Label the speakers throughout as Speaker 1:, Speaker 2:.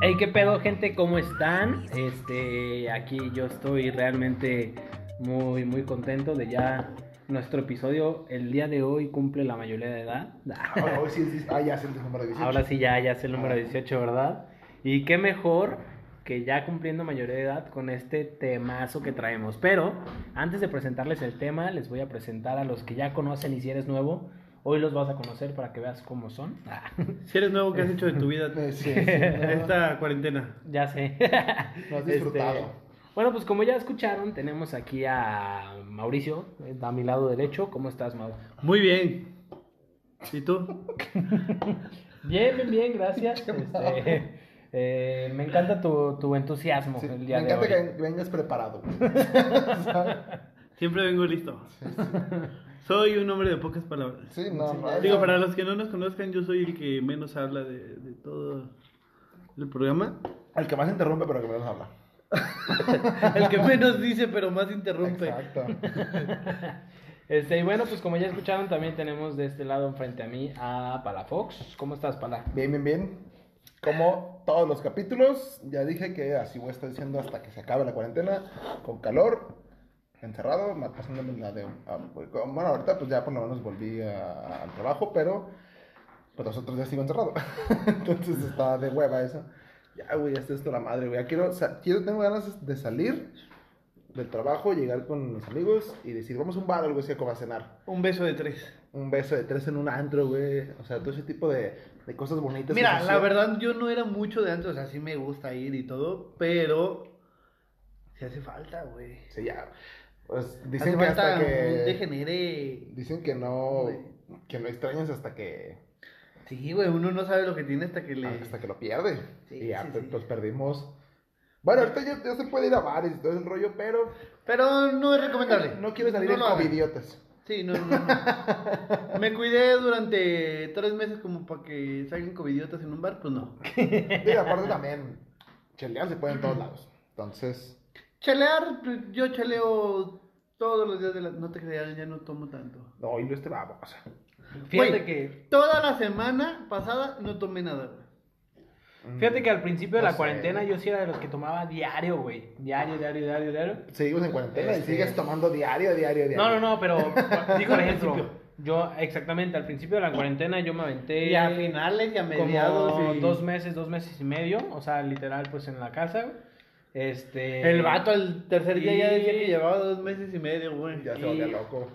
Speaker 1: Hey, qué pedo, gente, ¿cómo están? Este, aquí yo estoy realmente muy, muy contento de ya nuestro episodio. El día de hoy cumple la mayoría de edad.
Speaker 2: Ahora, hoy sí, es- ah, ya es el número 18.
Speaker 1: Ahora sí, ya, ya es el número 18, ¿verdad? Y qué mejor que ya cumpliendo mayoría de edad con este temazo que traemos. Pero antes de presentarles el tema, les voy a presentar a los que ya conocen y si eres nuevo, hoy los vas a conocer para que veas cómo son. Ah,
Speaker 3: Si eres nuevo, ¿qué has hecho de tu vida
Speaker 2: Eh, sí, sí, no,
Speaker 3: esta cuarentena?
Speaker 1: ya sé.
Speaker 2: no has disfrutado.
Speaker 1: Este, bueno, pues como ya escucharon, tenemos aquí a Mauricio, eh, a mi lado derecho. ¿Cómo estás, Mau?
Speaker 3: Muy bien. ¿Y tú?
Speaker 1: Bien, bien, bien, gracias. Este, eh, me encanta tu, tu entusiasmo
Speaker 2: Sí,
Speaker 1: el
Speaker 2: me
Speaker 1: día de
Speaker 2: encanta
Speaker 1: hoy.
Speaker 2: que ven- vengas preparado. güey.
Speaker 3: Siempre vengo listo. Soy un hombre de pocas palabras.
Speaker 2: Sí, no, no,
Speaker 3: Digo,
Speaker 2: no.
Speaker 3: para los que no nos conozcan, yo soy el que menos habla de, de todo el programa.
Speaker 2: El que más interrumpe, pero que menos habla.
Speaker 3: El que menos dice, pero más interrumpe.
Speaker 2: Exacto.
Speaker 1: Este, y bueno, pues como ya escucharon, también tenemos de este lado enfrente a mí a Palafox. ¿Cómo estás, Pala?
Speaker 2: Bien, bien, bien. Como todos los capítulos, ya dije que así voy a estar diciendo hasta que se acabe la cuarentena, con calor, encerrado, ma- pasándome la de... a- Bueno, ahorita pues ya por lo menos volví a- al trabajo, pero pues los otros días sigo encerrado. Entonces está de hueva eso. Ya, güey, esto es la madre, güey. Ya quiero, sa- quiero, tengo ganas de salir del trabajo, llegar con mis amigos y decir, vamos a un bar o algo así como a cenar.
Speaker 3: Un beso de tres.
Speaker 2: Un beso de tres en un antro, güey. O sea, todo ese tipo de, de cosas bonitas.
Speaker 3: Mira,
Speaker 2: que
Speaker 3: la
Speaker 2: suceden.
Speaker 3: verdad yo no era mucho de antes, o sea, sí me gusta ir y todo, pero se hace falta, güey.
Speaker 2: Sí, ya. Pues
Speaker 3: Hace
Speaker 2: dicen que
Speaker 3: falta
Speaker 2: hasta que.
Speaker 3: un degenere.
Speaker 2: Dicen que no.
Speaker 3: Güey.
Speaker 2: Que lo extrañas hasta que.
Speaker 3: Sí, güey, uno no sabe lo que tiene Ah, hasta que le...
Speaker 2: Hasta que lo pierde.
Speaker 3: Sí,
Speaker 2: y ya,
Speaker 3: sí,
Speaker 2: pues,
Speaker 3: sí.
Speaker 2: pues, perdimos. Bueno, ahorita ya, ya se puede ir a bares y todo el rollo, pero.
Speaker 3: Pero no es recomendable.
Speaker 2: No quiero salir
Speaker 3: No
Speaker 2: en
Speaker 3: lo hagan.
Speaker 2: covidiotas.
Speaker 3: Sí, no, no, no. Me cuidé durante tres meses como para que salgan covidiotas en un bar, pues no.
Speaker 2: Y aparte también. Chelear se puede en todos lados. Entonces.
Speaker 3: Chelear, pues, yo cheleo todos los días de la... No te creas, ya no tomo tanto.
Speaker 2: No, y lo este vamos.
Speaker 1: Fíjate
Speaker 3: Güey,
Speaker 1: que
Speaker 3: Toda la semana pasada no tomé nada. güey. Mm.
Speaker 1: fíjate que al principio de
Speaker 2: No
Speaker 1: la
Speaker 2: sé.
Speaker 1: cuarentena yo sí era de los que tomaba diario, güey. Diario, diario, diario, diario.
Speaker 2: Seguimos en cuarentena y
Speaker 1: Este-
Speaker 2: sigues tomando diario, diario, diario.
Speaker 1: No, no, no, pero sí, por
Speaker 3: Al
Speaker 1: ejemplo,
Speaker 3: principio.
Speaker 1: yo exactamente al principio de la cuarentena yo me aventé
Speaker 3: Y a finales y a mediados
Speaker 1: como
Speaker 3: y...
Speaker 1: dos meses, dos meses y medio, o sea, literal pues en la casa. güey. Este
Speaker 3: El vato al tercer día ya decía que
Speaker 1: Y-
Speaker 3: llevaba dos meses y medio, güey.
Speaker 2: Ya se
Speaker 1: Y-
Speaker 2: volvía loco.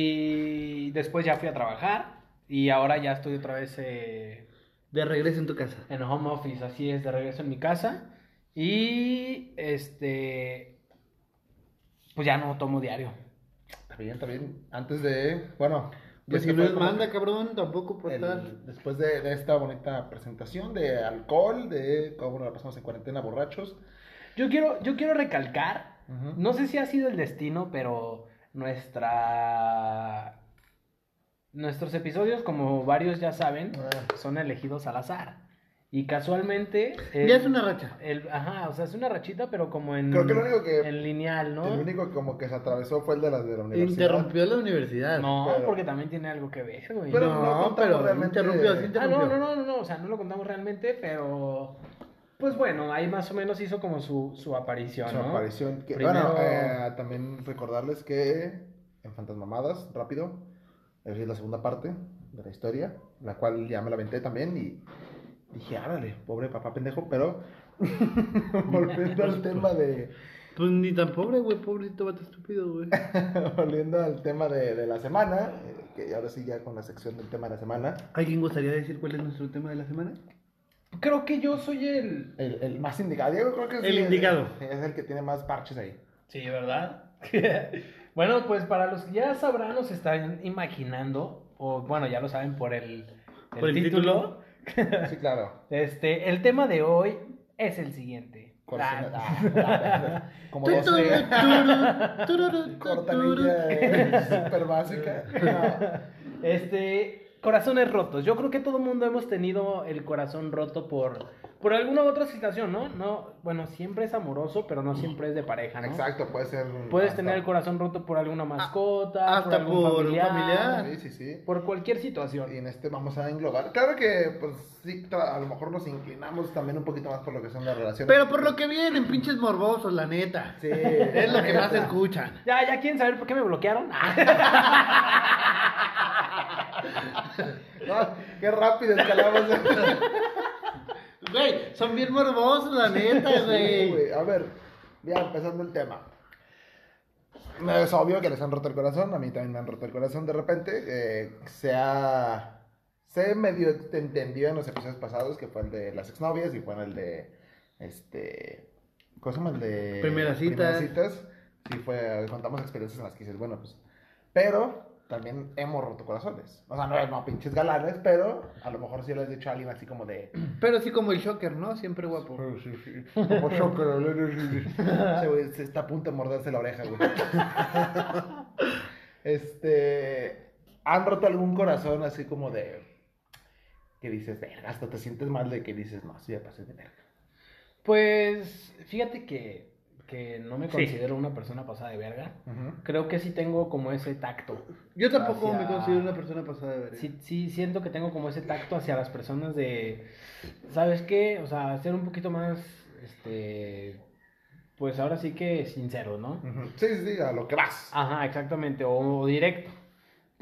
Speaker 1: y después ya fui a trabajar y ahora ya estoy otra vez eh,
Speaker 3: De regreso en tu casa.
Speaker 1: en home office, así es, de regreso en mi casa. Y este. Pues ya no tomo diario.
Speaker 2: Está bien, está bien. Antes de. Bueno. ya
Speaker 3: Pues si
Speaker 2: se
Speaker 3: no
Speaker 2: fue
Speaker 3: es
Speaker 2: como-
Speaker 3: manda, cabrón, tampoco
Speaker 1: Pues
Speaker 3: por
Speaker 2: El-
Speaker 3: estar...
Speaker 2: después de, de esta bonita presentación de alcohol, de cómo nos la pasamos en cuarentena borrachos.
Speaker 1: Yo quiero, yo quiero recalcar, no sé si ha sido el destino, pero nuestra. Nuestros episodios, como varios ya saben,
Speaker 2: Ah.
Speaker 1: son elegidos al azar. Y casualmente. el-
Speaker 3: Ya es una racha.
Speaker 1: el- ajá, o sea, es una rachita, pero como en.
Speaker 2: Creo que lo único que-
Speaker 1: En lineal, ¿no?
Speaker 2: El único como que se atravesó fue el de la, de la universidad.
Speaker 3: Interrumpió la universidad.
Speaker 1: No,
Speaker 2: Pero-
Speaker 1: porque también tiene algo que ver, güey.
Speaker 2: Pero
Speaker 3: no,
Speaker 2: no contamos
Speaker 3: pero
Speaker 2: realmente-
Speaker 3: interrumpió, sí
Speaker 1: Ah, no,
Speaker 3: interrumpió.
Speaker 1: no, no, no, no, o sea, no lo contamos realmente, pero pues bueno, ahí más o menos hizo como su, su aparición,
Speaker 2: Su
Speaker 1: ¿no?
Speaker 2: aparición. que-
Speaker 1: Primero-
Speaker 2: Bueno, eh, también recordarles que en Fantasmamadas, rápido, es la segunda parte de la historia, la cual ya me la aventé también y dije, árale, pobre papá pendejo, pero volviendo al tema de...
Speaker 3: Pues ni tan pobre, güey, pobrecito vato estúpido, güey.
Speaker 2: Volviendo al tema de, de la semana, eh, que ahora sí ya con la sección del tema de la semana,
Speaker 3: ¿Alguien gustaría decir cuál es nuestro tema de la semana?
Speaker 1: Creo que yo soy el...
Speaker 2: el, el más indicado, yo creo que es
Speaker 3: El indicado.
Speaker 2: Es el que tiene más parches ahí.
Speaker 1: Sí, ¿verdad? bueno, pues para los que ya sabrán, nos están imaginando, o bueno, ya lo saben por el, el
Speaker 3: Por el
Speaker 1: título,
Speaker 2: Sí, claro.
Speaker 1: este, el tema de hoy es el siguiente.
Speaker 2: Corta-
Speaker 1: Ah,
Speaker 2: ah, Como dos de
Speaker 3: Tururu, tururu,
Speaker 2: cortanilla
Speaker 3: tururu.
Speaker 2: eh, súper básica.
Speaker 1: Este, Corazones rotos. Yo creo que todo el mundo hemos tenido el corazón roto por, por alguna u otra situación, ¿no? No, bueno, siempre es amoroso, pero no siempre es de pareja, ¿no?
Speaker 2: Exacto, puede ser.
Speaker 1: Puedes
Speaker 2: hasta-
Speaker 1: tener el corazón roto por alguna mascota, por
Speaker 3: Ah, hasta
Speaker 1: algún
Speaker 3: por un
Speaker 1: familiar,
Speaker 3: familiar.
Speaker 2: Sí, sí, sí.
Speaker 1: por cualquier
Speaker 2: Y
Speaker 1: situación.
Speaker 2: en este vamos a englobar. Claro que, pues sí, tra- a lo mejor nos inclinamos también un poquito más por lo que son las relaciones.
Speaker 3: Pero por lo que vienen, pinches morbosos, la neta.
Speaker 2: Sí,
Speaker 3: Es lo que más
Speaker 2: neta.
Speaker 3: escuchan.
Speaker 1: Ya, ya quieren saber por qué me bloquearon. Ah,
Speaker 2: No, qué rápido escalamos.
Speaker 3: Güey, son bien morbosos, la neta,
Speaker 2: Sí,
Speaker 3: güey.
Speaker 2: güey. a ver, ya empezando el tema. No, Es obvio que les han roto el corazón, a mí también me han roto el corazón de repente. eh, se ha. Se medio ent- entendió en los episodios pasados que fue el de las exnovias y fue en el de. Este. ¿Cómo se llama? El de.
Speaker 3: Primeras citas.
Speaker 2: Primeras citas. Sí, fue. Contamos experiencias en las que dices, bueno, pues. Pero también hemos roto corazones. O sea, no, no pinches galanes, pero a lo mejor sí les he dicho a alguien así como de.
Speaker 3: Pero sí como el Shocker, ¿no? Siempre guapo.
Speaker 2: Como chocolate. Ese güey se está a punto de morderse la oreja, güey. Este. ¿Han roto algún corazón así como de. que dices, verga, hasta te sientes mal de que dices, no, sí, ya pasé de verga?
Speaker 1: Pues, fíjate que, que no me
Speaker 2: Sí.
Speaker 1: considero una persona pasada de verga. Creo que sí tengo como ese tacto.
Speaker 3: Yo tampoco
Speaker 1: Hacia-
Speaker 3: me considero una persona pasada de verga.
Speaker 1: Sí, sí siento que tengo como ese tacto hacia las personas de, ¿sabes qué? O sea, ser un poquito más, este, pues ahora sí que sincero, ¿no?
Speaker 2: Ujú. Sí, sí, sí, a lo que vas.
Speaker 1: Ajá, exactamente, o, o directo.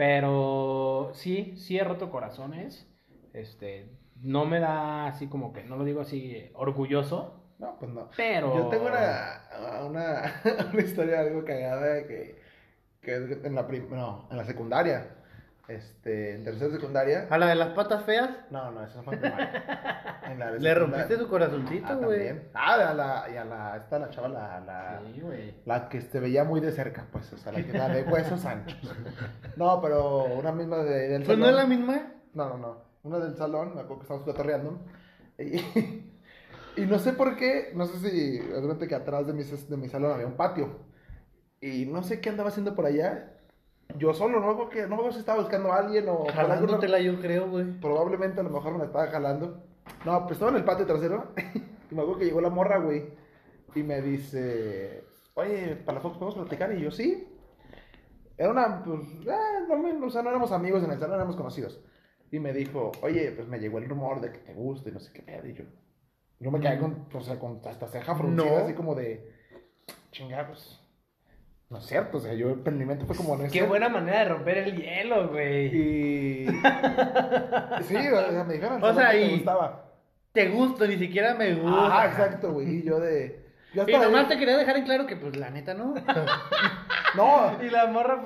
Speaker 1: Pero sí, sí he roto corazones. Este, no me da así como que, no lo digo así eh, orgulloso,
Speaker 2: No, pues no.
Speaker 1: pero...
Speaker 2: Yo tengo una, una, una historia algo cagada que, que en la prim- no, en la secundaria. Este, en tercera secundaria.
Speaker 3: A la de las patas feas,
Speaker 2: No, no, eso fue en primaria. En la de secundaria.
Speaker 3: le rompiste su
Speaker 2: Ah,
Speaker 3: corazoncito, güey.
Speaker 2: también. Ah, a la, y a la, esta la chava, la, la,
Speaker 1: Sí, güey.
Speaker 2: la que se veía muy de cerca, pues, o sea, la, que- la de huesos anchos. No, pero una misma de- del
Speaker 3: Pues
Speaker 2: salón.
Speaker 3: no es la misma.
Speaker 2: No, no, no. Una del salón, me acuerdo que estábamos cotorreando. Y, y no sé por qué, no sé si, realmente que atrás de mi, ses- de mi salón había un patio. Y no sé qué andaba haciendo por allá. Yo solo, no me acuerdo que, no me acuerdo si estaba buscando a alguien o...
Speaker 3: Jalándotela yo creo, güey.
Speaker 2: Probablemente a lo mejor me la estaba jalando. No, pues estaba en el patio trasero. y me acuerdo que llegó la morra, güey. Y me dice, oye, Palafox, ¿podemos platicar? Y yo, sí. Era una, pues, eh, no, me- o sea, no éramos amigos en el salón, éramos conocidos. Y me dijo, oye, pues me llegó el rumor de que te gusta y no sé qué pedo. Y yo, yo me quedé con, o sea, con hasta ceja fruncida,
Speaker 3: No.
Speaker 2: así como de, chingados. No es cierto, o sea, yo en mi mente fue como, no es
Speaker 1: Qué
Speaker 2: cierto".
Speaker 1: buena manera de romper el hielo, güey.
Speaker 2: Y. Sí, o sea, me dijeron
Speaker 3: O
Speaker 2: solo
Speaker 3: sea,
Speaker 2: que te
Speaker 3: y-
Speaker 2: gustaba.
Speaker 3: Te gusto, ni siquiera me gusta.
Speaker 2: Ah, exacto, güey. Y yo de. Yo
Speaker 3: Y
Speaker 2: hasta de-
Speaker 3: nomás te quería dejar en claro que, pues, la neta, no.
Speaker 2: No,
Speaker 1: Y la morra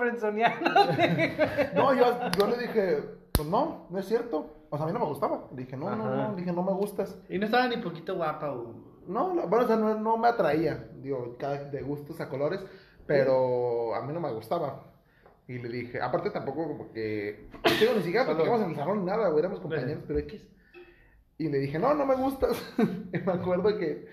Speaker 1: frenzoneando.
Speaker 2: no, yo, yo le dije, pues no, no es cierto. O sea, a mí no me gustaba. Le dije, no, no,
Speaker 1: Ajá.
Speaker 2: no, le dije, no me gustas.
Speaker 3: Y no estaba ni poquito guapa, güey.
Speaker 2: No, no, bueno, o sea, no, no me atraía. Digo, cada de gustos a colores, pero a mí no me gustaba. Y le dije, aparte tampoco como que. Digo, ni siquiera platicamos en el salón ni nada, güey, éramos compañeros, pero X. Y le dije, no, no me gustas. y me acuerdo que.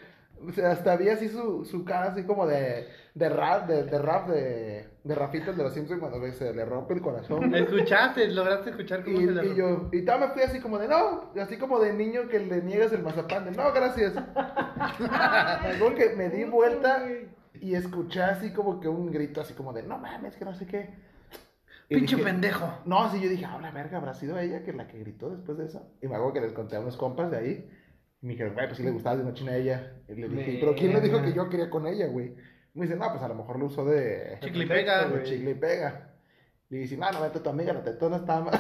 Speaker 2: o sea, hasta había así su, su cara así como de, de rap, de, de rap de, de Rafitas de los Simpsons cuando ve- se le rompe el corazón. güey.
Speaker 3: Escuchaste, lograste escuchar
Speaker 2: Y,
Speaker 3: cómo se le
Speaker 2: y yo, y todavía me fui así como de no, así como de niño que le niegas el mazapán, de no, gracias. me acuerdo que me di vuelta y escuché así como que un grito así como de no mames, que no sé qué. Y
Speaker 3: Pinche
Speaker 2: dije,
Speaker 3: pendejo.
Speaker 2: No, sí, yo dije, habla verga, habrá sido ella que la que gritó después de eso. Y me acuerdo que les conté a unos compas de ahí. Y me dijeron, güey, pues sí le gustaba de noche a ella. Y le dije, pero ¿quién le dijo que yo quería con ella, güey? Me dice, no, pues a lo mejor lo usó de.
Speaker 3: Chicle y pega,
Speaker 2: de
Speaker 3: güey.
Speaker 2: chicle y pega. Le dice, no, no, vete a tu amiga, la tetona está más.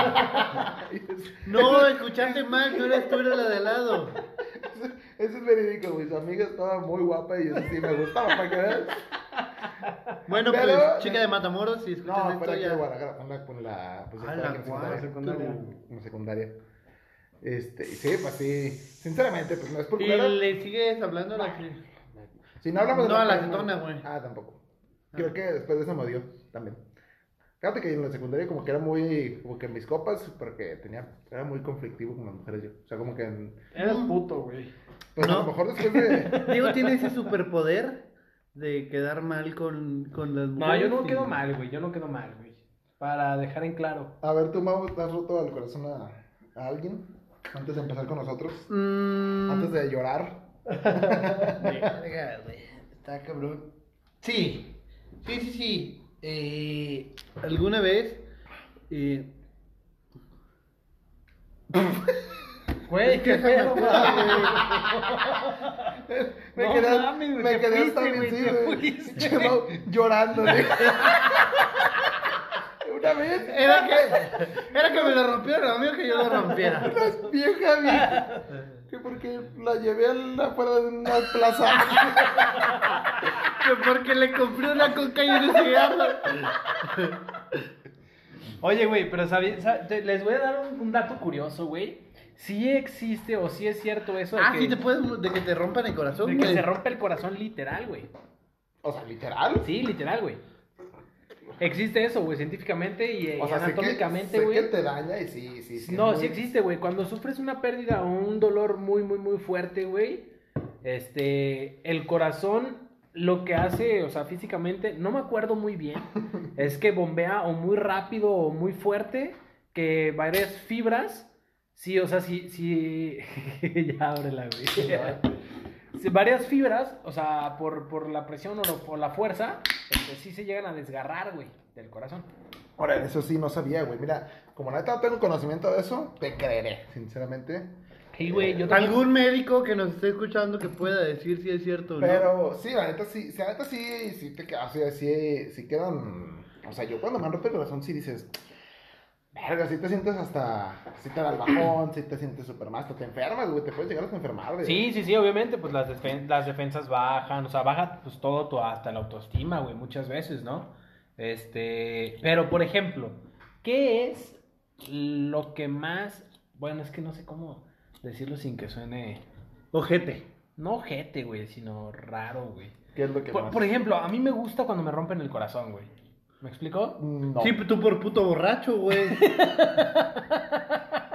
Speaker 3: No, escuchaste mal, no eres tú, era la de al lado.
Speaker 2: Eso es verídico, güey. Su amiga estaba muy guapa y yo sí me gustaba para que veas.
Speaker 3: Bueno,
Speaker 2: Pero-
Speaker 3: pues, chica de Matamoros, si escuchas
Speaker 2: No,
Speaker 3: esto
Speaker 2: pero aquí
Speaker 3: ya.
Speaker 2: de Guadalajara, con la, con la, pues,
Speaker 3: Ah,
Speaker 2: estaba
Speaker 3: la
Speaker 2: aquí en secundaria,
Speaker 3: secundaria.
Speaker 2: en la secundaria. Este, y sí, pues sí, sinceramente, pues no es por
Speaker 3: Y
Speaker 2: culera.
Speaker 3: le sigues hablando a la que.
Speaker 2: Si no hablamos
Speaker 3: No, a la
Speaker 2: persona-
Speaker 3: tetona, güey.
Speaker 2: Ah, tampoco. Creo que después de eso me odió también. Fíjate que en la secundaria como que era muy, como que en mis copas, porque tenía, era muy conflictivo con las mujeres yo. O sea, como que, en-
Speaker 1: Eres puto, güey.
Speaker 2: pues a
Speaker 3: No.
Speaker 2: lo mejor después de...
Speaker 3: Diego tiene ese superpoder de quedar mal con, con las
Speaker 1: No, yo no
Speaker 3: y-
Speaker 1: quedo mal, güey. Yo no quedo mal, güey. Para dejar en claro.
Speaker 2: A ver, tú, Mau, ¿te has roto el corazón a, a alguien? Antes de empezar con nosotros.
Speaker 3: Mm,
Speaker 2: Antes de llorar.
Speaker 3: Verga, güey. Está cabrón. Sí, sí, sí, sí. Eh, ¿Alguna vez? eh,
Speaker 1: Güey, qué pedo,
Speaker 2: Me
Speaker 1: No
Speaker 2: quedé,
Speaker 1: mames, güey,
Speaker 2: me
Speaker 1: te
Speaker 2: quedé hasta
Speaker 1: fuiste, güey, te
Speaker 2: bien, sí, güey.
Speaker 1: fuiste.
Speaker 2: Che, Mau, llorando. güey. Una vez.
Speaker 3: Era que, era que me lo rompieron, amigo, que yo lo rompiera.
Speaker 2: Estás bien, Javi. Que porque la llevé a la afuera de una plaza.
Speaker 3: Que porque le compré una coca y un cigarro.
Speaker 1: Oye, güey, pero sabi- sa- te- les voy a dar un, un dato curioso, güey. Si existe o si es cierto eso de,
Speaker 3: Ah,
Speaker 1: que,
Speaker 3: sí, te puedes mu- de que te rompan el corazón.
Speaker 1: de que
Speaker 3: güey.
Speaker 1: se rompe el corazón literal, güey.
Speaker 2: O sea, literal.
Speaker 1: Sí, literal, güey. Existe eso, güey, científicamente y eh,
Speaker 2: O sea, sé que-
Speaker 1: anatómicamente,
Speaker 2: sé
Speaker 1: güey.
Speaker 2: que te daña y sí, sí, sí. es
Speaker 1: No,
Speaker 2: muy-
Speaker 1: sí existe, güey. Cuando sufres una pérdida o un dolor muy, muy, muy fuerte, güey, este, el corazón lo que hace, o sea, físicamente, no me acuerdo muy bien, es que bombea o muy rápido o muy fuerte que varias fibras, sí, o sea, sí, sí, ya ábrela, güey. Sí, varias fibras, o sea, por, por la presión o lo- por la fuerza, este, sí se llegan a desgarrar, güey, del corazón.
Speaker 2: Ahora, eso sí no sabía, güey. Mira, como neta no tengo conocimiento de eso, te creeré, sinceramente.
Speaker 1: Sí, güey,
Speaker 3: Eh,
Speaker 1: yo también-
Speaker 3: ¿Algún médico que nos esté escuchando que pueda decir si es cierto o no?
Speaker 2: Pero sí, la neta sí, sí, la neta sí, sí te quedas, o sea, sí, sí quedan. O sea, yo cuando me han roto el corazón sí dices, verga, sí te sientes hasta, sí te da el bajón, sí te sientes súper mal, hasta te enfermas, güey, te puedes llegar a enfermar, güey.
Speaker 1: Sí, sí, sí, obviamente, pues las, defen- las defensas bajan, o sea, baja pues todo, tu- hasta la autoestima, güey, muchas veces, ¿no? Este, pero por ejemplo, ¿qué es lo que más, bueno, es que no sé cómo decirlo sin que suene,
Speaker 3: Ojete.
Speaker 1: no jete, güey, sino raro, güey.
Speaker 2: ¿Qué es lo que
Speaker 1: Por,
Speaker 2: más?
Speaker 1: por ejemplo, a mí me gusta cuando me rompen el corazón, güey. ¿Me explico?
Speaker 2: No.
Speaker 3: Sí, tú por puto borracho, güey.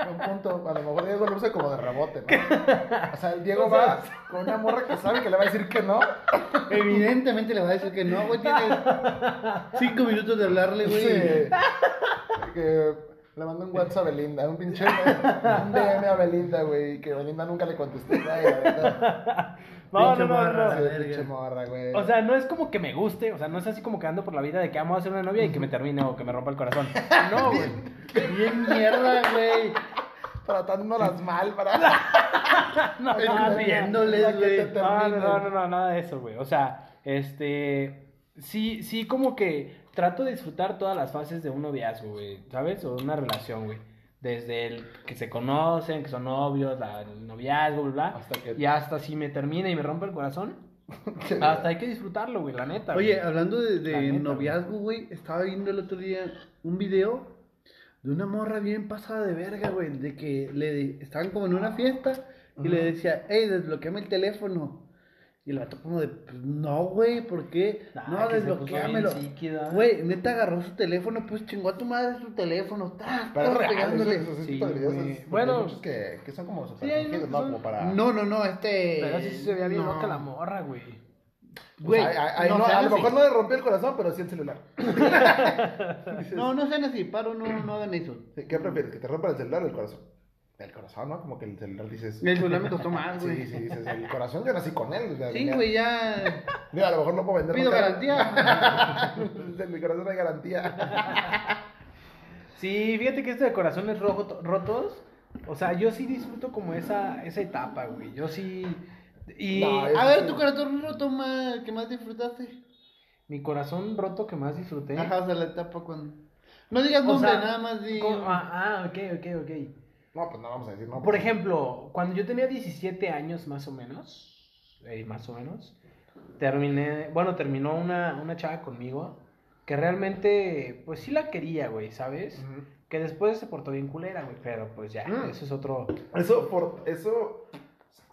Speaker 2: Un punto, a lo mejor Diego lo usa como de rebote, ¿no? O sea, el Diego va con una morra que sabe que le va a decir que no.
Speaker 3: Evidentemente le va a decir que no, güey. Tiene cinco minutos de hablarle, güey.
Speaker 2: Sí. este, Que le mandó un WhatsApp a Belinda, un pinche un DM a Belinda, güey, que Belinda nunca le contestó. Ay, la verdad.
Speaker 1: No, no,
Speaker 3: Pinche
Speaker 1: no,
Speaker 3: morra.
Speaker 1: no.
Speaker 2: Sí,
Speaker 3: verga.
Speaker 2: pinche morra, güey.
Speaker 1: O sea, no es como que me guste, o sea, no es así como que ando por la vida de que amo a hacer una novia y que me termine o que me rompa el corazón. No, güey.
Speaker 3: Bien mierda, güey.
Speaker 2: tratándolas mal para.
Speaker 1: No,
Speaker 3: El
Speaker 1: Ah, no, no,
Speaker 3: bien.
Speaker 1: no.
Speaker 3: Viéndoles,
Speaker 2: para que te
Speaker 3: güey.
Speaker 1: Ah, No,
Speaker 2: terminen.
Speaker 1: no, no, no, nada de eso, güey. O sea, este. Sí, sí, como que trato de disfrutar todas las fases de un noviazgo, güey. ¿Sabes? O de una relación, güey. Desde el que se conocen, que son novios, la- el noviazgo, bla, bla.
Speaker 2: Hasta que-
Speaker 1: Y hasta si me termina y me rompe el corazón. hasta hay que disfrutarlo, güey, la neta.
Speaker 3: Oye,
Speaker 1: güey.
Speaker 3: hablando de, de
Speaker 1: La neta,
Speaker 3: noviazgo, güey, estaba viendo el otro día un video de una morra bien pasada de verga, güey, de que le de- estaban como en una fiesta y le
Speaker 2: Ujú.
Speaker 3: decía, hey, desbloqueame el teléfono. Y el vato como de, "Pues, no, güey, ¿por qué?
Speaker 1: Ah,
Speaker 3: no,
Speaker 1: que se puso
Speaker 3: desbloqueamelo.
Speaker 1: bien psíquida.
Speaker 3: Güey, neta agarró su teléfono, pues chingó a tu madre su teléfono, ta,
Speaker 2: Pero es
Speaker 3: ta,
Speaker 2: real,
Speaker 3: pegándole.
Speaker 2: eso- eso
Speaker 1: Sí,
Speaker 2: tipo de videos es-
Speaker 1: güey.
Speaker 2: porque
Speaker 1: Bueno.
Speaker 2: hay muchos que, que son como super
Speaker 1: Sí, hay
Speaker 2: fingidos,
Speaker 1: unos
Speaker 2: ¿no?
Speaker 1: que
Speaker 2: Como para.
Speaker 3: No, no, no, este...
Speaker 1: Pero sí, sí se veía bien
Speaker 3: no.
Speaker 1: loca la morra, güey.
Speaker 2: O sea,
Speaker 3: Güey,
Speaker 2: pues, hay- hay-
Speaker 3: no
Speaker 2: no,
Speaker 3: sean
Speaker 2: a lo
Speaker 3: así.
Speaker 2: mejor no le rompió el corazón, pero sí el celular.
Speaker 3: No, no sean así, paro, no, no hagan eso.
Speaker 2: Sí, ¿Qué prefieres? ¿Que te rompa el celular o el corazón? El corazón, ¿no? Como que el celular dices.
Speaker 3: El celular me costó más, güey.
Speaker 2: Sí, sí, dices. El corazón yo nací con él. o sea,
Speaker 3: Sí,
Speaker 2: mira,
Speaker 3: güey, ya
Speaker 2: Mira, a lo mejor no puedo vender.
Speaker 3: pido
Speaker 2: nunca.
Speaker 3: garantía.
Speaker 2: De mi corazón hay garantía.
Speaker 1: Sí, fíjate que esto de corazones rojo- rotos, o sea, yo sí disfruto como esa, esa etapa, güey. Yo sí. Y
Speaker 2: No, es-
Speaker 3: A ver, tu corazón roto más, que más disfrutaste.
Speaker 1: mi corazón roto que más disfruté.
Speaker 3: Ajá, o sea, la etapa cuando... No digas
Speaker 1: O
Speaker 3: nombre,
Speaker 1: sea,
Speaker 3: nada más di...
Speaker 1: co- Ah, ah, ok, ok, ok.
Speaker 2: No, pues no vamos a decir, no.
Speaker 1: Por
Speaker 2: pues,
Speaker 1: ejemplo, cuando yo tenía 17 años, más o menos, eh, más o menos, terminé, bueno, terminó una, una chava conmigo que realmente, pues sí la quería, güey, ¿sabes?
Speaker 2: Ujú.
Speaker 1: Que después se portó bien culera, güey, pero pues ya,
Speaker 2: Mm.
Speaker 1: eso es otro.
Speaker 2: Eso, por, eso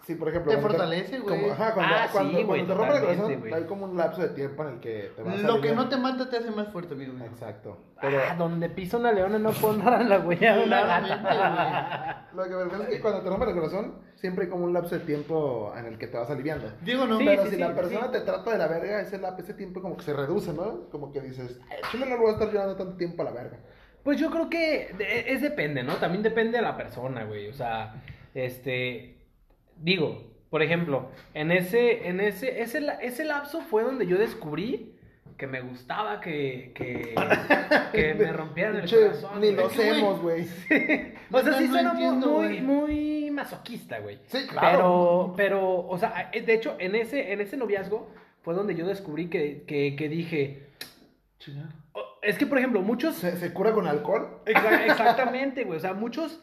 Speaker 2: Sí, por ejemplo.
Speaker 3: Te
Speaker 2: cuando
Speaker 3: fortalece, güey.
Speaker 2: como- Ajá, cuando,
Speaker 1: Ah, sí,
Speaker 2: cuando,
Speaker 1: güey,
Speaker 2: cuando te rompe el
Speaker 1: totalmente,
Speaker 2: corazón,
Speaker 1: güey.
Speaker 2: hay como un lapso de tiempo en el que te vas
Speaker 3: Lo que no te mata te hace más fuerte, amigo. mío.
Speaker 2: Exacto. Pero
Speaker 1: Ah, donde pisa una leona no pondrán la huella de una
Speaker 3: Claramente,
Speaker 1: gata.
Speaker 3: güey.
Speaker 2: lo que me refiero es que cuando te rompe el corazón, siempre hay como un lapso de tiempo en el que te vas aliviando.
Speaker 3: Digo, no.
Speaker 1: Sí,
Speaker 2: pero
Speaker 1: sí,
Speaker 2: si
Speaker 1: sí,
Speaker 2: la persona
Speaker 1: sí.
Speaker 2: te trata de la verga, ese, lap- ese tiempo como que se reduce, ¿no? Como que dices, "Ay, chile, no lo voy a estar llorando tanto tiempo a la verga.
Speaker 1: Pues yo creo que de- e, es depende, ¿no? También depende de la persona, güey. O sea, este. Digo, por ejemplo, en ese, en ese, ese, la- ese lapso fue donde yo descubrí que me gustaba que, que, que me rompieran el
Speaker 2: Che,
Speaker 1: corazón.
Speaker 2: ni
Speaker 1: güey.
Speaker 2: lo
Speaker 3: Es que, güey,
Speaker 2: hacemos, güey.
Speaker 1: O sea,
Speaker 3: Neta,
Speaker 1: sí
Speaker 3: no
Speaker 1: suena muy-
Speaker 3: entiendo,
Speaker 1: muy,
Speaker 3: güey.
Speaker 1: muy masoquista, güey.
Speaker 2: Sí, claro.
Speaker 1: Pero, pero, o sea, eh, de hecho, en ese, en ese noviazgo fue donde yo descubrí que, que, que dije.
Speaker 3: Chingado.
Speaker 1: oh, Es que, por ejemplo, muchos.
Speaker 2: ¿Se, se cura con alcohol?
Speaker 1: Exa- Exactamente, güey. O sea, muchos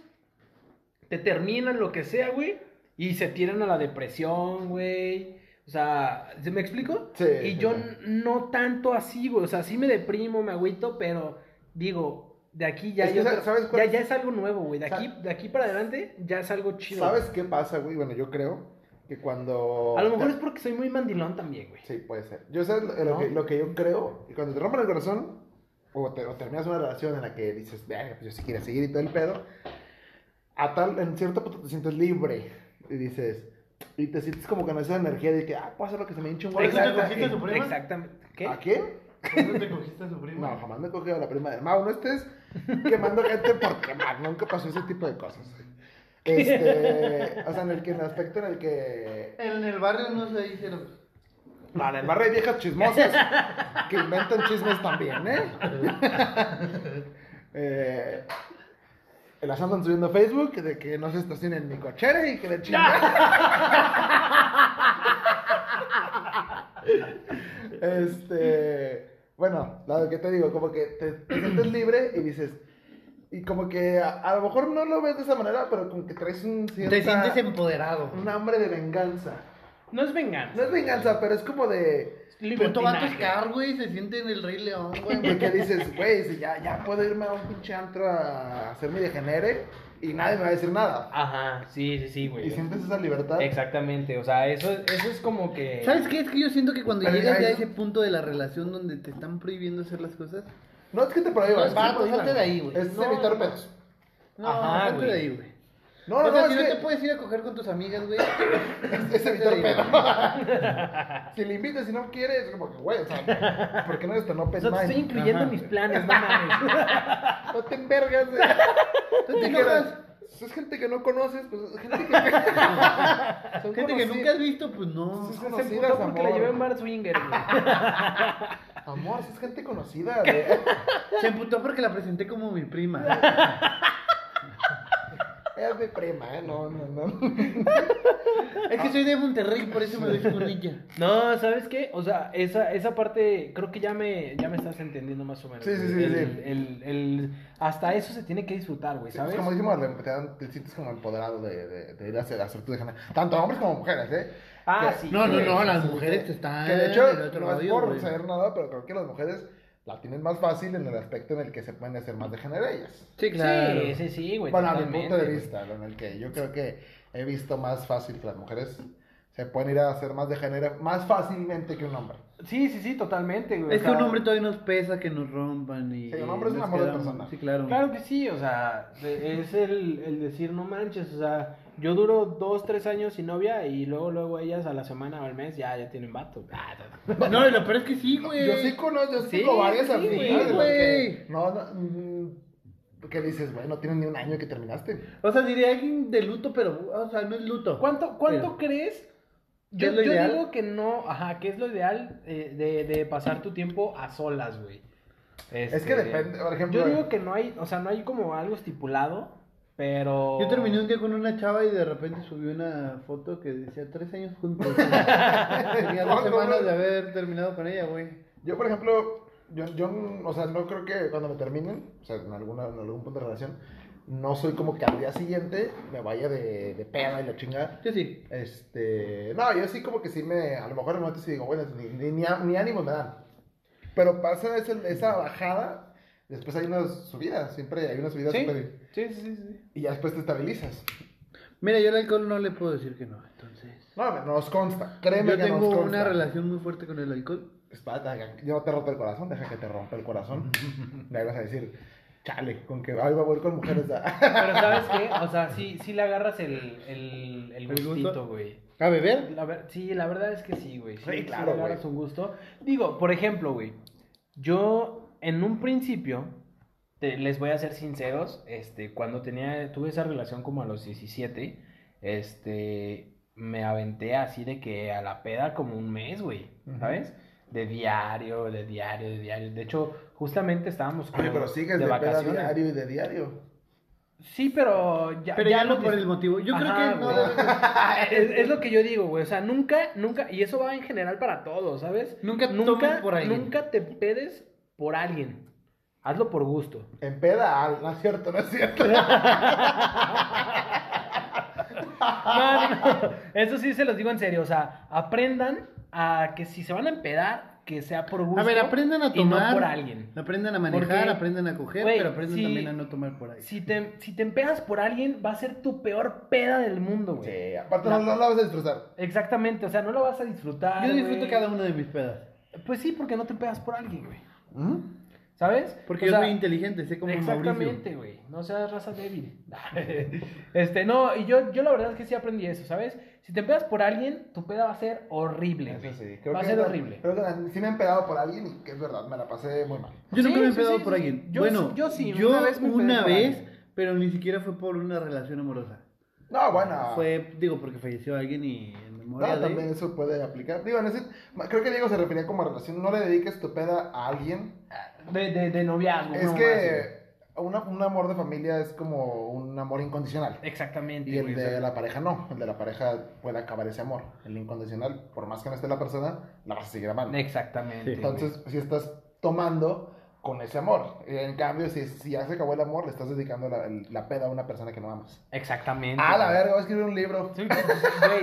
Speaker 1: te terminan lo que sea, güey. Y se tiran a la depresión, güey. O sea, ¿se me explico?
Speaker 2: Sí,
Speaker 1: Y
Speaker 2: sí,
Speaker 1: yo
Speaker 2: sí.
Speaker 1: n- no tanto así, güey. O sea, sí me deprimo, me agüito, pero digo, de aquí ya,
Speaker 2: Es que
Speaker 1: yo-
Speaker 2: sa- ¿sabes cuál
Speaker 1: ya,
Speaker 2: es?
Speaker 1: ya es algo nuevo, güey. De
Speaker 2: Sa-
Speaker 1: aquí, de aquí para adelante ya es algo chido.
Speaker 2: ¿Sabes qué pasa, güey? Bueno, yo creo que cuando...
Speaker 1: güey. A lo mejor
Speaker 2: te-
Speaker 1: es porque soy muy mandilón también, güey.
Speaker 2: Sí, puede ser. Yo sé lo, lo
Speaker 1: ¿No?
Speaker 2: que, lo que yo creo, que cuando te rompen el corazón, o, te- o terminas una relación en la que dices, "Verga, pues yo sí quiero seguir y todo el pedo, a tal, en cierto punto te sientes libre y dices, y te sientes como con esa energía de que, ah, puedo hacer lo que se me hinche un huevo.
Speaker 3: Exacto,
Speaker 2: ¿A
Speaker 3: cogiste
Speaker 2: quién?
Speaker 3: su prima?
Speaker 1: eh, Exactamente. ¿Qué?
Speaker 2: ¿A quién?
Speaker 3: ¿Por eso te cogiste a su
Speaker 2: No,
Speaker 3: prima?
Speaker 2: jamás me he cogido a la prima del Mau, no estés quemando gente por quemar, nunca pasó ese tipo de cosas. Este, o sea, en el que en el aspecto en el que
Speaker 3: En el barrio no se hicieron.
Speaker 2: No, en el barrio hay viejas chismosas que inventan chismes también, ¿eh? eh las andan subiendo a Facebook de que no se estacionen en mi cochera y que le chingan. este. Bueno, lo que te digo, como que te, te sientes libre y dices. Y como que a, a lo mejor no lo ves de esa manera, pero como que traes un cierta.
Speaker 3: empoderado.
Speaker 2: Un hambre de venganza.
Speaker 1: No es venganza.
Speaker 2: No es venganza, pero es como de.
Speaker 3: Puto vato
Speaker 1: libertinaje.
Speaker 3: Scar, güey, se siente en el Rey León, güey.
Speaker 2: Porque dices, güey, si ya, ya puedo irme a un pinche antro a hacer mi degenere y nadie me va a decir nada.
Speaker 1: Ajá, sí, sí, sí, güey.
Speaker 2: Y sientes esa libertad.
Speaker 1: Exactamente, o sea, eso, eso es como que...
Speaker 3: ¿Sabes qué? Es que yo siento que cuando
Speaker 2: Pero
Speaker 3: llegas
Speaker 2: ya
Speaker 3: ya a
Speaker 2: eso-
Speaker 3: ese punto de la relación donde te están prohibiendo hacer las cosas,
Speaker 2: No es que te prohíbas. es que
Speaker 3: Vato,
Speaker 2: te
Speaker 3: salte de ahí, güey.
Speaker 2: prohíban. Es
Speaker 3: No,
Speaker 2: evitar
Speaker 3: no, no.
Speaker 2: pedos.
Speaker 3: no,
Speaker 1: Ajá,
Speaker 3: salte de
Speaker 1: güey.
Speaker 3: ahí, güey.
Speaker 2: No, no,
Speaker 3: o sea,
Speaker 2: no,
Speaker 3: si
Speaker 2: es,
Speaker 3: no te
Speaker 2: que
Speaker 3: puedes ir a coger con tus amigas, güey. pues,
Speaker 2: es- es evitar pedos. si le invitas y no quieres, es como que, güey, o sea, ¿por qué no eres tan open
Speaker 1: Eso te estoy
Speaker 2: mind?
Speaker 1: incluyendo en mis planes, no mames.
Speaker 2: No te envergas, güey.
Speaker 3: Tú te
Speaker 2: Dijeras,
Speaker 3: enojas.
Speaker 2: "Pues Es gente que no conoces, pues es gente que... Son
Speaker 3: Gente que
Speaker 2: conocidas.
Speaker 3: nunca has visto, pues no.
Speaker 2: Sí, sí.
Speaker 1: Se emputó porque la llevé a un bar swinger, güey.
Speaker 2: Amor, sí es gente conocida, güey.
Speaker 3: Se emputó porque la presenté como mi prima.
Speaker 2: Es mi prima, ¿eh? No, no, no.
Speaker 3: Es que soy de Monterrey, por eso me doy con ella.
Speaker 1: No, ¿sabes qué? O sea, esa, esa parte creo que ya me, ya me estás entendiendo más o menos.
Speaker 2: Sí, sí, sí,
Speaker 1: güey. El,
Speaker 2: sí.
Speaker 1: el- el- hasta eso se tiene que disfrutar, güey,
Speaker 2: ¿Sabes?
Speaker 1: ¿sabes?
Speaker 2: como dijimos, te, dan- te sientes como empoderado de, de, de ir a hacer, a hacer tu degenera. Tanto hombres como mujeres, ¿eh?
Speaker 1: Ah,
Speaker 2: Que-
Speaker 1: sí.
Speaker 3: No, no,
Speaker 1: güey.
Speaker 3: no, las
Speaker 2: que-
Speaker 3: mujeres te están
Speaker 2: Que de hecho,
Speaker 3: en otro
Speaker 2: no es
Speaker 3: rollo,
Speaker 2: por
Speaker 3: güey.
Speaker 2: saber nada, pero creo que las mujeres la tienen más fácil en el aspecto en el que se pueden hacer más degenera ellas.
Speaker 3: Sí,
Speaker 1: Sí, sí, sí, güey.
Speaker 2: bueno, a mi
Speaker 1: Pues totalmente,
Speaker 2: punto de
Speaker 1: güey.
Speaker 2: vista, en el que yo creo que he visto más fácil que las mujeres se pueden ir a hacer más degenera más fácilmente que un hombre.
Speaker 1: Sí, sí, sí, totalmente, güey.
Speaker 3: Es
Speaker 1: o
Speaker 3: que un
Speaker 1: sea,
Speaker 3: hombre todavía nos pesa que nos rompan y.
Speaker 2: Sí, un hombre es un
Speaker 3: nos
Speaker 2: amor de
Speaker 3: quedamos-
Speaker 2: persona.
Speaker 3: Sí, claro.
Speaker 1: Claro que sí, o sea, de- es el, el decir no manches, o sea, yo duro dos, tres años sin novia y luego, luego ellas a la semana o al mes ya, ya tienen vato. Ah, no.
Speaker 3: No, y lo peor es que sí, güey.
Speaker 2: Yo sí conozco, yo sí,
Speaker 1: Sí,
Speaker 2: tengo varias
Speaker 1: sí,
Speaker 2: amigas,
Speaker 3: güey.
Speaker 2: güey. No, no. mm, ¿Qué dices, güey? No tienen ni un año que terminaste.
Speaker 3: O sea, diría alguien de luto, pero. O sea, no es luto.
Speaker 1: ¿Cuánto, cuánto crees?
Speaker 3: ¿Qué
Speaker 1: Yo,
Speaker 3: es lo
Speaker 1: yo
Speaker 3: ideal?
Speaker 1: digo que no, ajá, que es lo ideal eh, de, de pasar tu tiempo a solas, güey.
Speaker 2: Es que
Speaker 1: Este,
Speaker 2: depende, por ejemplo.
Speaker 1: Yo digo que no hay, o sea, no hay como algo estipulado, pero...
Speaker 3: Yo terminé un día con una chava y de repente subió una foto que decía tres años juntos. Tenía dos semanas de haber terminado con ella, güey.
Speaker 2: Yo, por ejemplo, yo, yo, o sea, no creo que cuando me terminen, o sea, en, alguna, en algún punto de relación, no soy como que al día siguiente me vaya de, de peda y la chingada.
Speaker 3: Yo sí.
Speaker 2: Este, no, yo sí como que sí me, a lo mejor en el momento sí digo, bueno, ni, ni, ni á- ni ánimo me dan. Pero pasa esa, esa bajada, después hay unas subidas, siempre hay unas subidas.
Speaker 1: Sí,
Speaker 2: siempre-
Speaker 1: sí, sí, sí, sí.
Speaker 2: y ya después te estabilizas.
Speaker 3: Mira, yo al alcohol no le puedo decir que no, entonces.
Speaker 2: No, nos consta, créeme
Speaker 3: Yo
Speaker 2: que nos
Speaker 3: tengo
Speaker 2: consta.
Speaker 3: una relación muy fuerte con el alcohol.
Speaker 2: Espérate, yo no te rompo el corazón, deja que te rompa el corazón. Le vas a decir, chale, con que ay, va a volver con mujeres. ah".
Speaker 1: Pero ¿sabes qué? O sea, sí, sí le agarras el, el, el
Speaker 3: ¿El gusto?
Speaker 1: gustito, güey.
Speaker 3: ¿A beber?
Speaker 1: La ver- sí, la verdad es que sí, güey. Sí,
Speaker 2: Sí,
Speaker 1: sí
Speaker 2: claro,
Speaker 1: le
Speaker 2: güey.
Speaker 1: agarras un gusto. Digo, por ejemplo, güey, yo en un principio, te- les voy a ser sinceros, este, cuando tenía, tuve esa relación como a los 17, este, me aventé así de que a la peda como un mes, güey,
Speaker 2: Ujú.
Speaker 1: ¿sabes? De diario, de diario, de diario. De hecho, justamente estábamos como
Speaker 2: Oye, pero sigues de, peda diario y de diario.
Speaker 1: Sí, pero ya,
Speaker 3: Pero ya,
Speaker 1: lo
Speaker 3: no por
Speaker 1: dis-
Speaker 3: el motivo. Yo
Speaker 1: Ajá,
Speaker 3: creo que no
Speaker 1: güey.
Speaker 3: debes de-
Speaker 1: es, es lo que yo digo, güey. O sea, nunca, nunca, y eso va en general para todos, ¿sabes?
Speaker 3: Nunca
Speaker 1: nunca,
Speaker 3: tomes por alguien.
Speaker 1: nunca te pedes por alguien. Hazlo por gusto.
Speaker 2: En peda, ah, no es cierto, no es cierto.
Speaker 1: No, no, no. Eso sí se los digo en serio. O sea, aprendan a que si se van a empedar, que sea por gusto.
Speaker 3: A ver, aprendan a tomar.
Speaker 1: Y no por alguien.
Speaker 3: Aprendan a manejar,
Speaker 1: Porque,
Speaker 3: aprendan a coger,
Speaker 1: güey,
Speaker 3: pero aprendan
Speaker 1: sí.
Speaker 3: también a no tomar por ahí.
Speaker 1: Si te, si te empedas por alguien, va a ser tu peor peda del mundo, güey.
Speaker 2: Sí, aparte no, no la vas a disfrutar.
Speaker 1: Exactamente, o sea, no lo vas a disfrutar.
Speaker 3: Yo disfruto
Speaker 1: ah, güey.
Speaker 3: cada una de mis pedas.
Speaker 1: Pues sí, porque no te empedas por alguien, güey. ¿Sabes?
Speaker 3: Porque
Speaker 1: O
Speaker 3: yo
Speaker 1: sea,
Speaker 3: soy inteligente, sé como Mauricio.
Speaker 1: Exactamente, güey. No seas raza débil. este, no, y yo, yo la verdad es que sí aprendí eso, ¿sabes? Si te empedas por alguien, tu peda va a ser horrible.
Speaker 2: Eso
Speaker 1: güey.
Speaker 2: sí, creo
Speaker 1: va a
Speaker 2: que
Speaker 1: ser
Speaker 2: no-
Speaker 1: horrible.
Speaker 2: Creo que sí me han pegado por alguien y que es verdad, me la pasé muy mal.
Speaker 3: Yo nunca
Speaker 1: Sí,
Speaker 3: me he
Speaker 1: sí,
Speaker 3: empedado
Speaker 1: sí,
Speaker 3: por
Speaker 1: sí.
Speaker 3: alguien.
Speaker 1: Yo
Speaker 3: bueno,
Speaker 1: sí- yo sí,
Speaker 3: yo
Speaker 1: una vez me empedé
Speaker 3: una
Speaker 1: por
Speaker 3: vez,
Speaker 1: alguien.
Speaker 3: pero ni siquiera fue por una relación amorosa.
Speaker 1: Ah,
Speaker 2: No, bueno.
Speaker 3: Fue, digo, porque falleció alguien y en
Speaker 2: No,
Speaker 3: memoria de...
Speaker 2: también eso puede aplicar. Digo, en ese- creo que Diego se refería como a relación. No le dediques tu peda a alguien
Speaker 1: De, de, de noviazgo.
Speaker 2: Es
Speaker 1: no más, güey.
Speaker 2: que una- un amor de familia es como un amor incondicional.
Speaker 1: Exactamente,
Speaker 2: Y el
Speaker 1: güey, o
Speaker 2: de
Speaker 1: sea,
Speaker 2: la pareja no. El de la pareja puede acabar ese amor. El incondicional, por más que no esté la persona, la vas a seguir amando.
Speaker 1: Exactamente. güey.
Speaker 2: Entonces, si estás tomando con ese amor. En cambio, si, si ya se acabó el amor, le estás dedicando la, el- la peda a una persona que no amas.
Speaker 1: Exactamente.
Speaker 2: Ah, la
Speaker 1: güey.
Speaker 2: verga, voy a escribir un libro.
Speaker 1: Sí, pues, güey,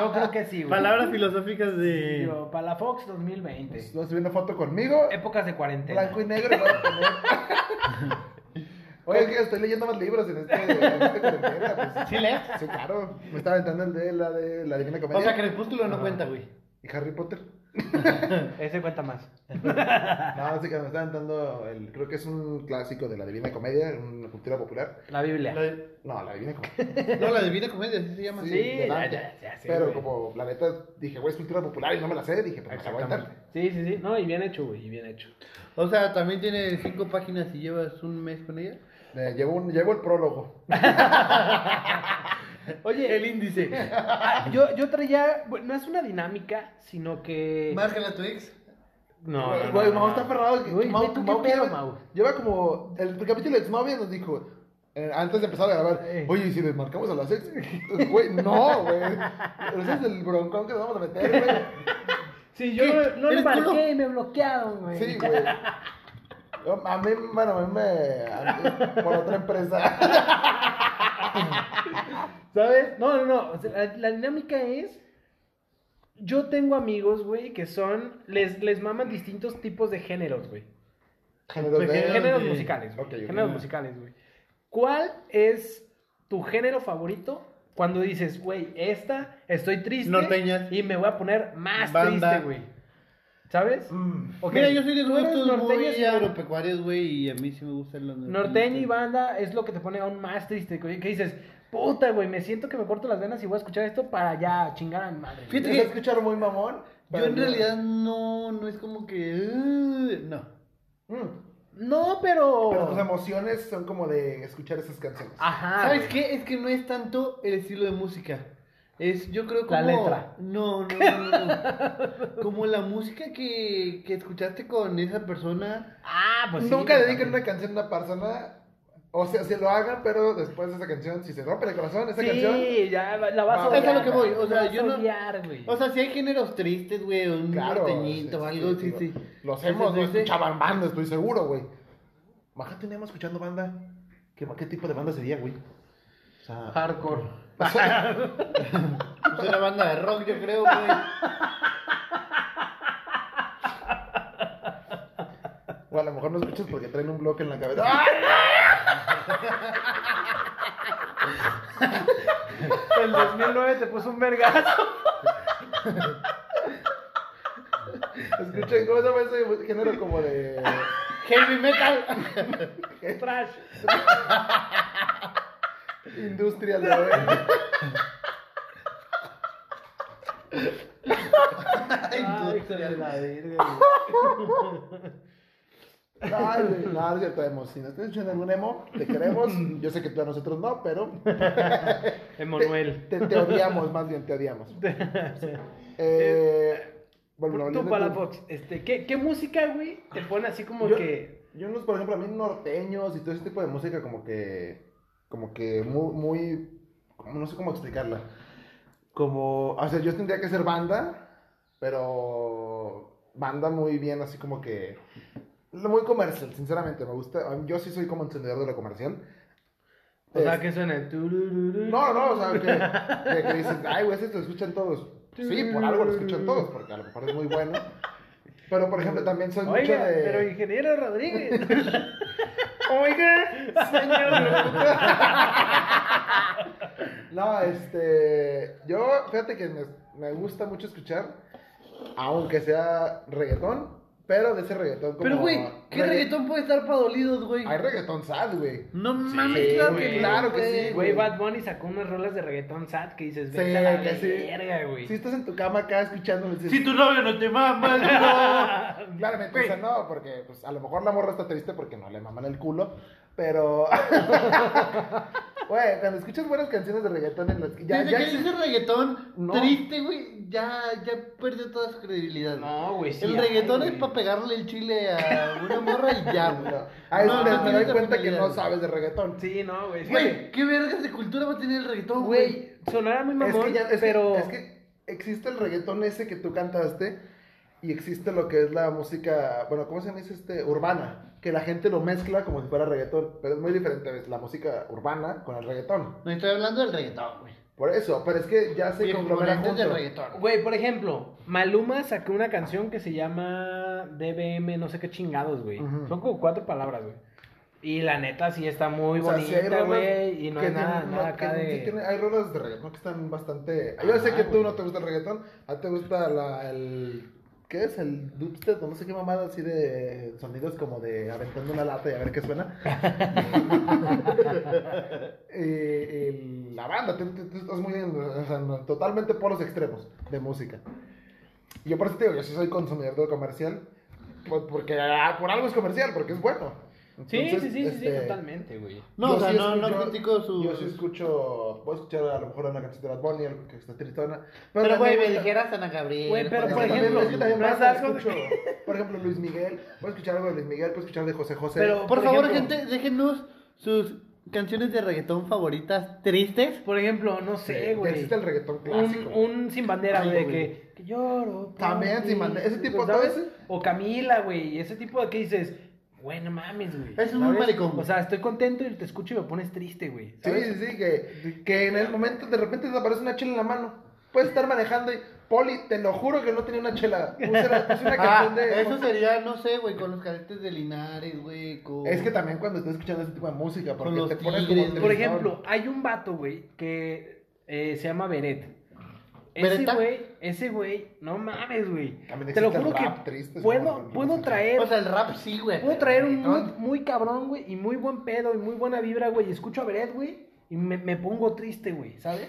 Speaker 1: yo creo que sí, güey.
Speaker 3: Palabras filosóficas de...
Speaker 1: Yo, Para la Fox 2020.
Speaker 2: Voy a subir una foto conmigo,
Speaker 1: Épocas de cuarentena.
Speaker 2: Pues, blanco y negro. y lo voy a poner. Oye, es que estoy leyendo más libros en este, en este cuarentena, pues.
Speaker 3: ¿Sí lees?
Speaker 2: Sí, claro. Me estaba aventando el de la de la Divina Comedia.
Speaker 3: O sea, Crepúsculo no cuenta, güey.
Speaker 2: ¿Y Harry Potter?
Speaker 1: Ese cuenta más. Ah.
Speaker 2: No, no sé que me estaba aventando el... Creo que es un clásico de la Divina Comedia, una cultura popular.
Speaker 1: La Biblia.
Speaker 3: La de-
Speaker 2: No, la Divina Comedia.
Speaker 3: No, la Divina Comedia, así se llama.
Speaker 1: Sí,
Speaker 2: de
Speaker 1: ya,
Speaker 2: Dante.
Speaker 1: ya, ya sé,
Speaker 2: Pero
Speaker 1: güey.
Speaker 2: como la neta dije, güey, es cultura popular y no me la sé, dije, pues me la voy a aventar.
Speaker 1: Exactamente. Sí, sí, sí. No, y bien hecho, güey, y bien hecho.
Speaker 3: O sea, también tiene cinco páginas y llevas un mes con ella.
Speaker 2: Eh, llevo, un- llevo el prólogo.
Speaker 1: Oye,
Speaker 3: El índice.
Speaker 1: Ah, yo, yo traía, bueno, no es una dinámica, sino que...
Speaker 3: Márcala a tu ex.
Speaker 1: No,
Speaker 2: Güey,
Speaker 1: no,
Speaker 2: güey,
Speaker 1: no,
Speaker 2: Mau
Speaker 1: no.
Speaker 2: está aferrado. que-
Speaker 1: Güey, güey, ¿tú qué pedo,
Speaker 2: lleva-
Speaker 1: Mau?
Speaker 2: Lleva como... El capítulo de Exnovia nos dijo... eh, antes de empezar a grabar,
Speaker 1: Eh.
Speaker 2: oye, ¿y si les marcamos a las ex? Güey, no, güey. Ese es el broncón que nos vamos a meter, güey.
Speaker 1: Sí, yo
Speaker 3: ¿Qué?
Speaker 1: no le
Speaker 3: ¿Eres tú?
Speaker 1: marqué y me bloquearon, güey.
Speaker 2: Sí, güey. Yo- A mí, bueno, a mí me. a mí- por otra empresa.
Speaker 1: ¿Sabes? No, no, no. o sea, la, la dinámica es... Yo tengo amigos, güey, que son... Les, les maman distintos tipos de géneros, güey.
Speaker 2: Géneros
Speaker 3: Géneros
Speaker 2: de.
Speaker 1: Géneros
Speaker 3: de-
Speaker 1: musicales, güey.
Speaker 2: ok, ok.
Speaker 1: Géneros musicales, güey. ¿Cuál es tu género favorito cuando dices, güey, esta, estoy triste
Speaker 3: Norteñas.
Speaker 1: y me voy a poner más
Speaker 3: Banda.
Speaker 1: triste, güey? ¿Sabes?
Speaker 2: Mm.
Speaker 1: Ok.
Speaker 3: Mira, yo soy de
Speaker 1: Tú eres
Speaker 3: gustos muy
Speaker 1: norteño, sí.
Speaker 3: agropecuarios, güey, y a mí sí me gustan los norteños.
Speaker 1: Norteño y banda es lo que te pone aún más triste, güey. Que dices, puta, güey, me siento que me corto las venas y voy a escuchar esto para ya chingar a mi madre. güey".
Speaker 3: Fíjate
Speaker 2: ¿Quieres
Speaker 3: que-
Speaker 2: escuchar muy mamón?
Speaker 3: Yo en realidad no, no es como que... "Ugh", no.
Speaker 2: Mm.
Speaker 1: No, pero.
Speaker 2: Pero
Speaker 3: pues,
Speaker 2: tus emociones son como de escuchar esas canciones.
Speaker 1: Ajá.
Speaker 3: ¿Sabes
Speaker 1: güey.
Speaker 3: qué? Es que no es tanto el estilo de música. Es, yo creo, como...
Speaker 1: La letra.
Speaker 3: No, no, no, no, no. Como la música que, que escuchaste con esa persona.
Speaker 1: Ah, pues sí,
Speaker 2: Nunca
Speaker 1: güey,
Speaker 2: dediquen
Speaker 1: también.
Speaker 2: una canción a una persona. O sea, se lo hagan, pero después de esa canción, si se rompe el corazón, esa canción.
Speaker 1: Sí, ya la vas Ah, a
Speaker 2: Eso es
Speaker 1: odiar.
Speaker 2: a lo que
Speaker 3: voy, o
Speaker 1: la
Speaker 3: sea,
Speaker 1: vas
Speaker 3: yo
Speaker 1: a
Speaker 3: no-
Speaker 1: odiar, güey.
Speaker 3: O sea, si hay géneros tristes, güey, un
Speaker 2: Claro.
Speaker 3: norteñito o algo, sí, sí.
Speaker 2: Los
Speaker 3: Ese
Speaker 2: hemos, no
Speaker 3: triste.
Speaker 2: escuchaban banda, estoy seguro, güey. Imagínate un emo escuchando banda. ¿Qué, ¿Qué tipo de banda sería, güey? O sea.
Speaker 3: Hardcore. es una banda de rock, yo creo, güey.
Speaker 2: O a lo mejor no escuchas porque traen un bloque en la cabeza. ¡Ah!
Speaker 1: el 2009 te puso un vergazo.
Speaker 2: Escuchen, ¿cómo se llama ese género como de.
Speaker 1: Heavy metal. Trash.
Speaker 2: Industrial, ¿no?
Speaker 3: Ah,
Speaker 1: Ay, hijo de la verga,
Speaker 2: Ay, güey, no, no es cierto, emo. Si nos estás escuchando algún emo, te queremos. Yo sé que tú a nosotros no, pero.
Speaker 1: güey. Emanuel.
Speaker 2: Te, te odiamos, más bien, te odiamos. Eh, bueno,
Speaker 1: Tú,
Speaker 2: volviendo a tu-
Speaker 1: Palafox, este, ¿qué, ¿qué música, güey, te pone así como
Speaker 2: Yo-
Speaker 1: que...
Speaker 2: Yo, no, por ejemplo, a mí norteños y todo ese tipo de música, como que. Como que muy. muy como- no sé cómo explicarla. Como. O sea, yo tendría que ser banda, pero. Banda muy bien, así como que. lo Muy comercial, sinceramente. Me gusta. Yo sí soy como entendedor de lo comercial.
Speaker 1: O sea,
Speaker 2: Este,
Speaker 1: que suena... el turururu?
Speaker 2: No, no, o sea, que, de que dices, ay, güey, ese lo escuchan todos. Sí, por algo lo
Speaker 1: Mm.
Speaker 2: escuchan todos, porque a lo mejor es muy bueno. Pero, por ejemplo, también soy mucho
Speaker 1: Oiga,
Speaker 2: de...
Speaker 1: pero ingeniero Rodríguez. Oiga, señor.
Speaker 2: No, este. Yo, fíjate que me, me gusta mucho escuchar, aunque sea reggaetón, pero de ese reggaetón como.
Speaker 3: Pero, güey, ¿qué
Speaker 2: regga-
Speaker 3: reggaetón puede estar para dolidos, güey?
Speaker 2: Hay reggaetón sad, güey.
Speaker 3: No
Speaker 1: Sí,
Speaker 3: mames, claro que
Speaker 1: güey.
Speaker 3: no,
Speaker 2: Claro que sí,
Speaker 1: Güey, Bad Bunny sacó unas rolas de reggaetón sad que dices,
Speaker 2: Sí,
Speaker 1: vete a la
Speaker 2: que sí.
Speaker 1: verga, güey.
Speaker 2: Si estás en tu cama acá escuchando, dices,
Speaker 3: tu novio no te mama, no.
Speaker 2: Claramente, o sea, no, porque pues, a lo mejor la morra está triste porque no le maman el culo, pero... Güey, cuando escuchas buenas canciones de reggaetón en las que... Ya,
Speaker 3: Desde
Speaker 2: ya
Speaker 3: que
Speaker 2: existe-
Speaker 3: dice reggaetón
Speaker 2: No.
Speaker 3: triste, güey, ya, ya perdió toda su credibilidad. güey.
Speaker 1: No, güey, sí
Speaker 3: el
Speaker 1: hay,
Speaker 3: reggaetón
Speaker 1: güey.
Speaker 3: es para pegarle el chile a una morra y ya, güey.
Speaker 2: No. Ah, es
Speaker 3: No,
Speaker 2: donde
Speaker 3: no
Speaker 2: me
Speaker 3: tienes
Speaker 2: doy cuenta que no
Speaker 3: credibilidad.
Speaker 2: sabes de reggaetón.
Speaker 1: Sí, no, güey.
Speaker 3: Güey, ¿qué vergas de cultura va a tener el reggaetón, güey?
Speaker 1: Güey, sonaba muy
Speaker 2: Es
Speaker 1: mamón,
Speaker 2: que, ya- es que-
Speaker 1: pero...
Speaker 2: es que existe el reggaetón ese que tú cantaste y existe lo que es la música, bueno, ¿cómo se dice este? Urbana, que la gente lo mezcla como si fuera reggaetón, pero es muy diferente ¿ves? la música urbana con el reggaetón.
Speaker 3: No estoy hablando del reggaetón, güey.
Speaker 2: Por eso, pero es que ya se
Speaker 3: Y
Speaker 2: conglomera
Speaker 3: exponentes del
Speaker 2: junto.
Speaker 3: reggaetón.
Speaker 1: Güey, por ejemplo, Maluma sacó una canción que se llama DBM, no sé qué chingados, güey.
Speaker 2: Ujú.
Speaker 1: Son como cuatro palabras, güey. Y la neta sí está muy
Speaker 2: O sea, sí hay
Speaker 1: bonita,
Speaker 2: rolas
Speaker 1: güey. Y no
Speaker 2: que
Speaker 1: hay nada,
Speaker 2: tienen-
Speaker 1: nada
Speaker 2: no,
Speaker 1: acá
Speaker 2: que
Speaker 1: de.
Speaker 2: sí tienen- hay rolas de reggaetón que están bastante. Yo sé
Speaker 1: Ajá,
Speaker 2: que tú
Speaker 1: güey.
Speaker 2: no te gusta el reggaetón, a ti te gusta la, el. ¿Qué es? El dubstep, o no sé qué mamada así de sonidos como de aventando una lata y a ver qué suena. Eh, el- la banda, tú, tú- tú estás muy en- o sea, no, totalmente por los extremos de música. Yo por eso te digo, yo sí soy consumidor de lo comercial, por- porque ah, por algo es comercial, porque es bueno.
Speaker 1: Sí, sí,
Speaker 2: Entonces,
Speaker 1: sí, sí, sí,
Speaker 2: este,
Speaker 1: totalmente, güey.
Speaker 3: No,
Speaker 2: yo
Speaker 3: o sea,
Speaker 2: sí
Speaker 3: no, no
Speaker 2: escucho-
Speaker 3: critico su...
Speaker 2: Yo sí escucho, puedo escuchar a lo mejor una canción de Bad Bunny, algo que está tritona.
Speaker 3: Pero, güey,
Speaker 2: también
Speaker 3: me
Speaker 2: gusta-
Speaker 3: dijeras Ana Gabriel.
Speaker 1: Güey, pero,
Speaker 2: es que
Speaker 1: por
Speaker 2: también-
Speaker 1: ejemplo,
Speaker 2: es que también
Speaker 1: no es
Speaker 2: basta,
Speaker 1: algo
Speaker 2: escucho, por ejemplo, Luis Miguel, puedo escuchar algo de Luis Miguel, puedo escuchar de José José.
Speaker 1: Pero-
Speaker 3: Por,
Speaker 1: Por
Speaker 3: favor,
Speaker 1: ejemplo-
Speaker 3: gente, déjenos sus canciones de reggaetón favoritas tristes.
Speaker 1: Por ejemplo, no sé,
Speaker 2: Ya
Speaker 1: güey.
Speaker 2: existe el reggaetón
Speaker 1: Un,
Speaker 2: clásico.
Speaker 1: un sin bandera,
Speaker 3: Ay,
Speaker 1: güey, de
Speaker 3: güey.
Speaker 1: que, que lloro. por
Speaker 2: También
Speaker 1: ti,
Speaker 2: Sin Bandera, ese tipo,
Speaker 1: ¿sabes?
Speaker 2: todo ese.
Speaker 1: O Camila, güey. Ese tipo de que dices, güey, no mames, güey.
Speaker 3: Es un
Speaker 1: ¿sabes?
Speaker 3: maricón, güey.
Speaker 1: O sea, estoy contento y te escucho y me pones triste, güey.
Speaker 2: Sí,
Speaker 1: ¿sabes?
Speaker 2: sí, sí, que, que en el momento de repente te aparece una chela en la mano. Puedes estar manejando y, Poli, te lo juro que no tenía una chela. Puse, la- puse una
Speaker 3: Ah,
Speaker 2: canción de...
Speaker 3: eso sería, no sé, güey, con los cadetes de Linares, güey, con...
Speaker 2: Es que también cuando estás escuchando ese tipo de música,
Speaker 3: Con
Speaker 2: porque
Speaker 3: los
Speaker 2: te pones
Speaker 3: tigres,
Speaker 2: como...
Speaker 3: güey.
Speaker 1: Por
Speaker 2: tristón.
Speaker 1: ejemplo, hay un vato, güey, que eh, se llama Beret. Ese
Speaker 3: ¿Beretta?
Speaker 1: güey, ese güey, no mames, güey.
Speaker 2: También
Speaker 1: Te lo
Speaker 2: existe el
Speaker 1: juro que
Speaker 2: rap triste, como
Speaker 1: puedo,
Speaker 2: el-
Speaker 1: puedo traer,
Speaker 3: O sea, el rap sí, güey.
Speaker 1: puedo traer un
Speaker 3: reggaetón.
Speaker 1: mood muy cabrón, güey, y muy buen pedo, y muy buena vibra, güey. Y escucho a Beret, güey, y me, me pongo triste, güey, ¿sabes?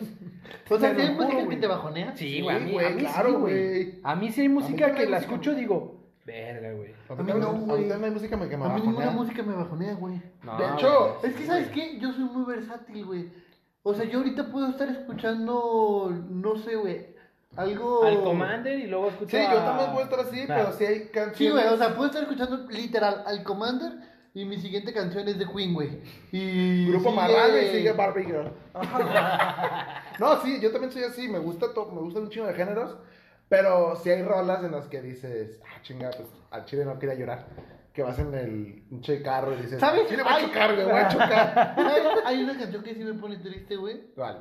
Speaker 3: O sea,
Speaker 1: Te
Speaker 3: ¿sí
Speaker 1: lo
Speaker 3: hay
Speaker 1: juro,
Speaker 3: música que
Speaker 1: güey.
Speaker 3: te bajonea?
Speaker 1: Sí, güey, a mí,
Speaker 2: güey,
Speaker 1: a mí
Speaker 2: claro,
Speaker 1: sí, güey.
Speaker 2: güey.
Speaker 1: A mí sí hay
Speaker 2: A
Speaker 1: música
Speaker 2: mí
Speaker 1: que la
Speaker 2: también música-
Speaker 1: escucho y digo, verga, güey.
Speaker 2: A
Speaker 3: A
Speaker 2: mí
Speaker 3: mí no, güey.
Speaker 2: no hay música que me
Speaker 3: A mí ninguna
Speaker 2: bajonea.
Speaker 3: música me bajonea, güey.
Speaker 1: No,
Speaker 2: De hecho,
Speaker 1: güey.
Speaker 3: Es que, ¿sabes qué? Yo soy muy versátil, güey. O sea, yo ahorita puedo estar escuchando, no sé, güey, algo...
Speaker 1: Al Commander y luego escucho
Speaker 2: Sí,
Speaker 1: a-
Speaker 2: yo también puedo estar así,
Speaker 1: Ah.
Speaker 2: pero sí hay
Speaker 3: Sí,
Speaker 2: canciones.
Speaker 3: güey, o sea, puedo estar escuchando literal al Commander y mi siguiente canción es de Queen, güey. Y
Speaker 2: Grupo
Speaker 3: sigue-
Speaker 2: Marrano y sigue Barbie Girl. no, sí, yo también soy así, me gusta todo, me gustan un chingo de géneros, pero sí hay rolas en las que dices, ah, chinga, pues al chile no quería llorar. Que vas en el pinche carro y dices,
Speaker 3: ¿Sabes?
Speaker 2: "Al Chile voy a
Speaker 3: Ay.
Speaker 2: chocar, güey, voy a chocar.
Speaker 3: ¿Sabes? Hay una canción que sí me pone triste, güey.
Speaker 2: Vale.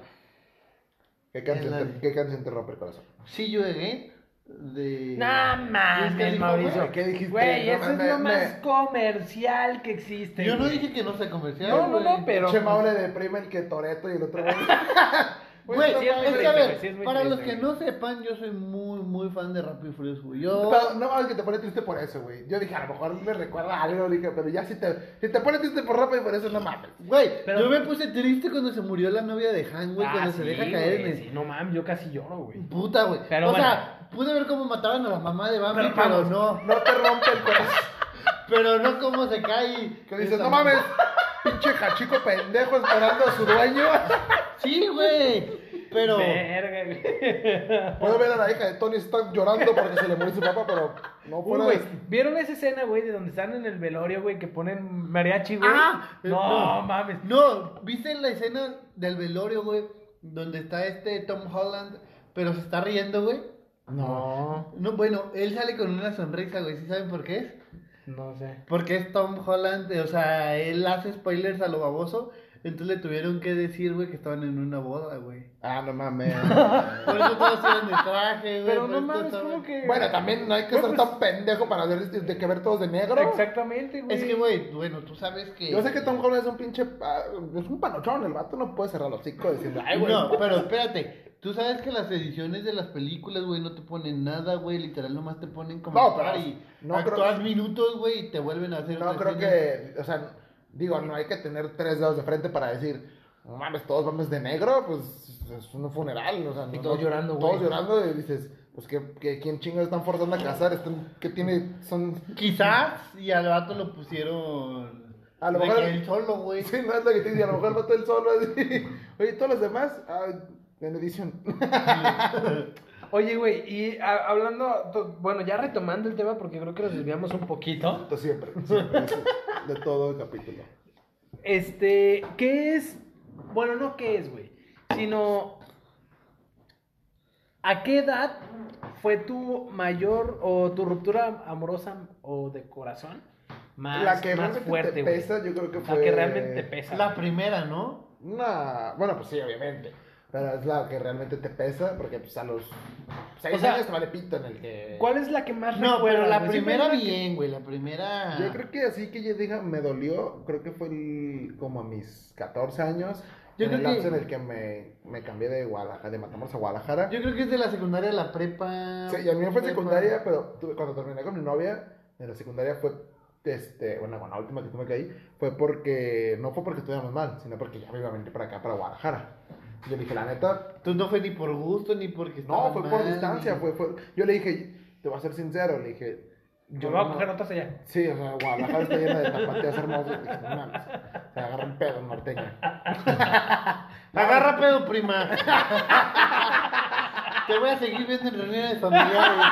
Speaker 2: ¿Qué
Speaker 3: Es la
Speaker 2: canción,
Speaker 3: de-
Speaker 2: te, ¿Qué canción te rompe el corazón?
Speaker 3: See You Again de...
Speaker 1: No
Speaker 3: Es que
Speaker 1: mames,
Speaker 3: dijo,
Speaker 1: Mauricio.
Speaker 2: güey, ¿qué dijiste?
Speaker 1: Güey,
Speaker 2: No,
Speaker 1: eso
Speaker 2: me-
Speaker 1: es lo
Speaker 2: me-
Speaker 1: más comercial que existe.
Speaker 3: Yo no
Speaker 1: güey.
Speaker 3: dije que no sea comercial,
Speaker 1: No, no,
Speaker 3: güey.
Speaker 1: no, pero.
Speaker 2: Che Mau le deprime el que Toreto y el otro güey.
Speaker 3: Güey,
Speaker 2: no
Speaker 1: sí es muy
Speaker 3: es que
Speaker 1: triste,
Speaker 3: a ver,
Speaker 1: güey, pues sí es muy
Speaker 3: para los
Speaker 1: triste,
Speaker 3: que no sepan, yo soy muy, muy fan de Rápido y Furioso, güey. Yo...
Speaker 2: Pero no mames que te pone triste por eso, güey. Yo dije, a lo mejor me recuerda a algo, dije, pero ya si te, si te pone triste por rápido y por eso no mames.
Speaker 3: Güey,
Speaker 1: Pero-
Speaker 3: yo me puse triste cuando se murió la novia de Han, güey, cuando se deja caer
Speaker 1: güey,
Speaker 3: en el...
Speaker 1: pues, ah, sí, no mames, yo casi lloro, güey.
Speaker 3: Puta, güey.
Speaker 1: Pero
Speaker 3: o
Speaker 1: bueno.
Speaker 3: sea, pude ver cómo mataban a la mamá de Bambi,
Speaker 1: Pero
Speaker 3: pero,
Speaker 1: vamos.
Speaker 3: no.
Speaker 2: No te rompe el corazón.
Speaker 3: Pero no cómo se cae. y-
Speaker 2: Que dices,
Speaker 3: esa
Speaker 2: no
Speaker 3: mamá".
Speaker 2: mames, pinche cachico pendejo esperando a su dueño.
Speaker 3: Sí, güey. Pero...
Speaker 1: Verga, güey.
Speaker 2: Puedo ver a la hija de Tony Stark llorando porque se le murió su papá, pero no
Speaker 1: Uh,
Speaker 2: fuera
Speaker 1: güey,
Speaker 2: de-
Speaker 1: ¿Vieron esa escena, güey, de donde están en el velorio, güey, que ponen mariachi, güey?
Speaker 3: Ah,
Speaker 1: no,
Speaker 3: no.
Speaker 1: mames.
Speaker 3: No, ¿viste la escena del velorio, güey? Donde está este Tom Holland, pero se está riendo, güey.
Speaker 1: No,
Speaker 3: No, bueno, él sale con una sonrisa, güey. ¿Sí saben por qué es?
Speaker 1: no sé.
Speaker 3: Porque es Tom Holland, o sea, él hace spoilers a lo baboso. Entonces le tuvieron que decir, güey, que estaban en una boda, güey.
Speaker 2: Ah, no mames.
Speaker 3: Por eso todos iban de traje, güey.
Speaker 1: Pero
Speaker 3: por
Speaker 1: no
Speaker 3: eso
Speaker 1: mames,
Speaker 3: estaban-
Speaker 1: ¿cómo que...?
Speaker 2: bueno, también no hay que
Speaker 1: Güey,
Speaker 2: ser
Speaker 1: pues-
Speaker 2: tan pendejo para ver de, de que ver todos de negro.
Speaker 1: Exactamente, güey.
Speaker 3: Es que, güey, bueno, tú sabes que.
Speaker 2: Yo sé que Tom Holland es un pinche. ah, Es un panochón, el vato no puede cerrar los hocico diciendo, ay, güey.
Speaker 3: No, pero espérate. Tú sabes que las ediciones de las películas, güey, no te ponen nada, güey. Literal, nomás te ponen como.
Speaker 2: No, pero-
Speaker 3: y
Speaker 2: no creo-
Speaker 3: actúas minutos, güey, y te vuelven a hacer.
Speaker 2: No
Speaker 3: otra
Speaker 2: creo
Speaker 3: escena.
Speaker 2: que, o sea, digo, no hay que tener tres dedos de frente para decir, no mames, todos vamos de negro, pues es un funeral, o sea, no-
Speaker 1: Y todos
Speaker 2: no-
Speaker 1: llorando, güey.
Speaker 2: Todos llorando y dices, pues que, que quién chingados están forzando a casar, están, que tiene, son,
Speaker 3: Quizás, y al vato lo pusieron.
Speaker 2: A lo
Speaker 3: de
Speaker 2: mejor-
Speaker 3: que él solo, güey.
Speaker 2: sí, no es lo que te dice, a lo mejor el vato él solo, así, oye, todos los demás, ah, en edición.
Speaker 1: Oye, güey, y a- hablando... to- Bueno, ya retomando el tema, porque creo que nos desviamos un poquito.
Speaker 2: Esto siempre, siempre, eso, de todo el capítulo.
Speaker 1: Este, ¿qué es? Bueno, no qué es, güey, sino ¿a qué edad fue tu mayor o tu ruptura amorosa o de corazón más,
Speaker 2: la que
Speaker 1: más
Speaker 2: realmente
Speaker 1: fuerte,
Speaker 2: te
Speaker 1: güey?
Speaker 2: pesa, yo creo que
Speaker 1: La
Speaker 2: fue...
Speaker 1: que realmente te pesa.
Speaker 3: La primera, ¿no?
Speaker 2: Una... Bueno, pues sí, obviamente. Pero es la que realmente te pesa, porque pues a los seis
Speaker 1: O sea,
Speaker 2: años te vale pito en el que...
Speaker 1: ¿Cuál es la que más
Speaker 3: No,
Speaker 1: recuerdas,
Speaker 3: pero la
Speaker 1: güey?
Speaker 3: primera
Speaker 1: Siempre
Speaker 3: bien, güey. La primera.
Speaker 2: Yo creo que así que yo diga, me dolió, creo que fue el- como a mis 14 años,
Speaker 3: Yo
Speaker 2: en
Speaker 3: creo
Speaker 2: el
Speaker 3: que-
Speaker 2: lapso en el que me, me cambié de Guadalajara, de Matamoros a Guadalajara.
Speaker 3: Yo creo que es de la secundaria a la prepa.
Speaker 2: Sí, y a mí me fue
Speaker 3: prepa.
Speaker 2: secundaria, pero tuve- cuando terminé con mi novia, de la secundaria fue, este, bueno, bueno, la última que tuve que ir, fue porque, no fue porque estuviéramos mal, sino porque ya me iba a venir para acá, para Guadalajara. Y yo dije, la neta,
Speaker 3: Entonces no fue ni por gusto ni porque
Speaker 2: No,
Speaker 3: estaban
Speaker 2: fue por
Speaker 3: mal,
Speaker 2: distancia,
Speaker 3: ni-
Speaker 2: fue, fue- Yo le dije, te voy a ser sincero, le dije...
Speaker 1: Yo
Speaker 2: no,
Speaker 1: voy a
Speaker 2: no-
Speaker 1: coger otras allá.
Speaker 2: Sí, o sea, Guadalajara está llena de tapatías hermosas. Dije, no mames, se agarra un pedo norteña.
Speaker 3: Agarra pedo, prima. Te voy a seguir viendo en reuniones familiares.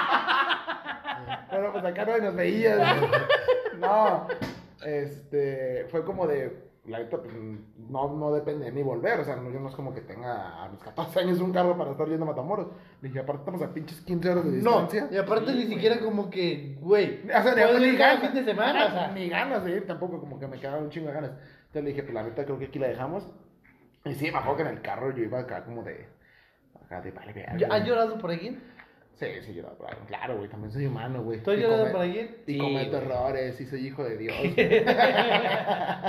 Speaker 2: Pero pues acá no nos veías. güey. No, este, fue como de... La neta, pues, no, no depende de mí volver, o sea, no, yo no es como que tenga a mis 14 años un carro para estar yendo a Matamoros. Le dije, aparte estamos a pinches 15 horas de
Speaker 3: No,
Speaker 2: distancia.
Speaker 3: y aparte
Speaker 1: Sí,
Speaker 3: ni
Speaker 1: güey.
Speaker 3: siquiera como que, güey.
Speaker 2: O sea, de
Speaker 3: puedo
Speaker 2: repente
Speaker 3: ir cada
Speaker 2: ganas.
Speaker 3: fin de semana, o sea.
Speaker 2: Ni ganas de ir tampoco, como que me cagaban un chingo de ganas. Entonces le dije, pues la neta creo que aquí la dejamos. Y sí, me acuerdo que en el carro yo iba acá como de. Acá de vale, verga,
Speaker 3: ¿Ya-
Speaker 2: güey.
Speaker 3: ¿Has llorado por alguien?
Speaker 2: Sí, sí, lloraba por alguien. Claro, güey, también soy humano, güey.
Speaker 3: ¿Tú has
Speaker 2: Y
Speaker 3: llorado
Speaker 2: come-
Speaker 3: por alguien?
Speaker 2: Y
Speaker 1: Sí,
Speaker 2: cometo
Speaker 1: güey.
Speaker 2: errores, y soy hijo de Dios.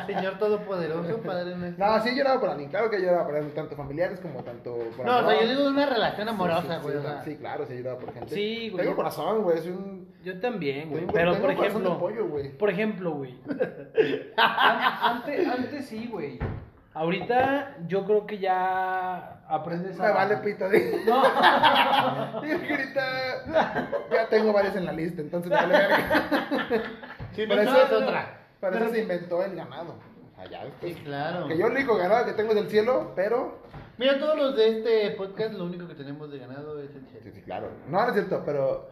Speaker 3: Señor Todopoderoso, Padre nuestro.
Speaker 2: no, sí he llorado por alguien. Claro que he llorado por alguien, tanto familiares como tanto. Por
Speaker 3: No, o sea,
Speaker 2: amor.
Speaker 3: yo digo de una relación
Speaker 2: Sí, sí,
Speaker 3: amorosa,
Speaker 2: sí,
Speaker 3: güey. o
Speaker 2: sí,
Speaker 3: sea.
Speaker 2: Sí, claro, sí he llorado por gente.
Speaker 1: Sí, güey.
Speaker 2: Tengo corazón, güey. Es un.
Speaker 1: Yo también, güey.
Speaker 2: tengo-
Speaker 1: Pero
Speaker 2: tengo
Speaker 1: por
Speaker 2: un corazón de
Speaker 1: ejemplo,
Speaker 2: pollo, güey.
Speaker 1: por ejemplo, güey. antes, antes sí, güey. Ahorita yo creo que ya aprendes a
Speaker 2: Me vale pito, dije.
Speaker 1: No.
Speaker 2: Y ahorita ya tengo varias en la lista, entonces vale verga.
Speaker 3: Sí,
Speaker 2: Para
Speaker 3: no,
Speaker 2: eso-
Speaker 3: es otra.
Speaker 2: Para eso
Speaker 3: Pero
Speaker 2: se
Speaker 3: sí.
Speaker 2: inventó el ganado. Allá después.
Speaker 3: Sí, claro.
Speaker 2: Que yo el único ganado que tengo es del cielo, pero.
Speaker 3: Mira, todos los de este podcast, lo único que tenemos de ganado es el
Speaker 2: Sí,
Speaker 3: chef.
Speaker 2: sí, claro. No, no es cierto, pero.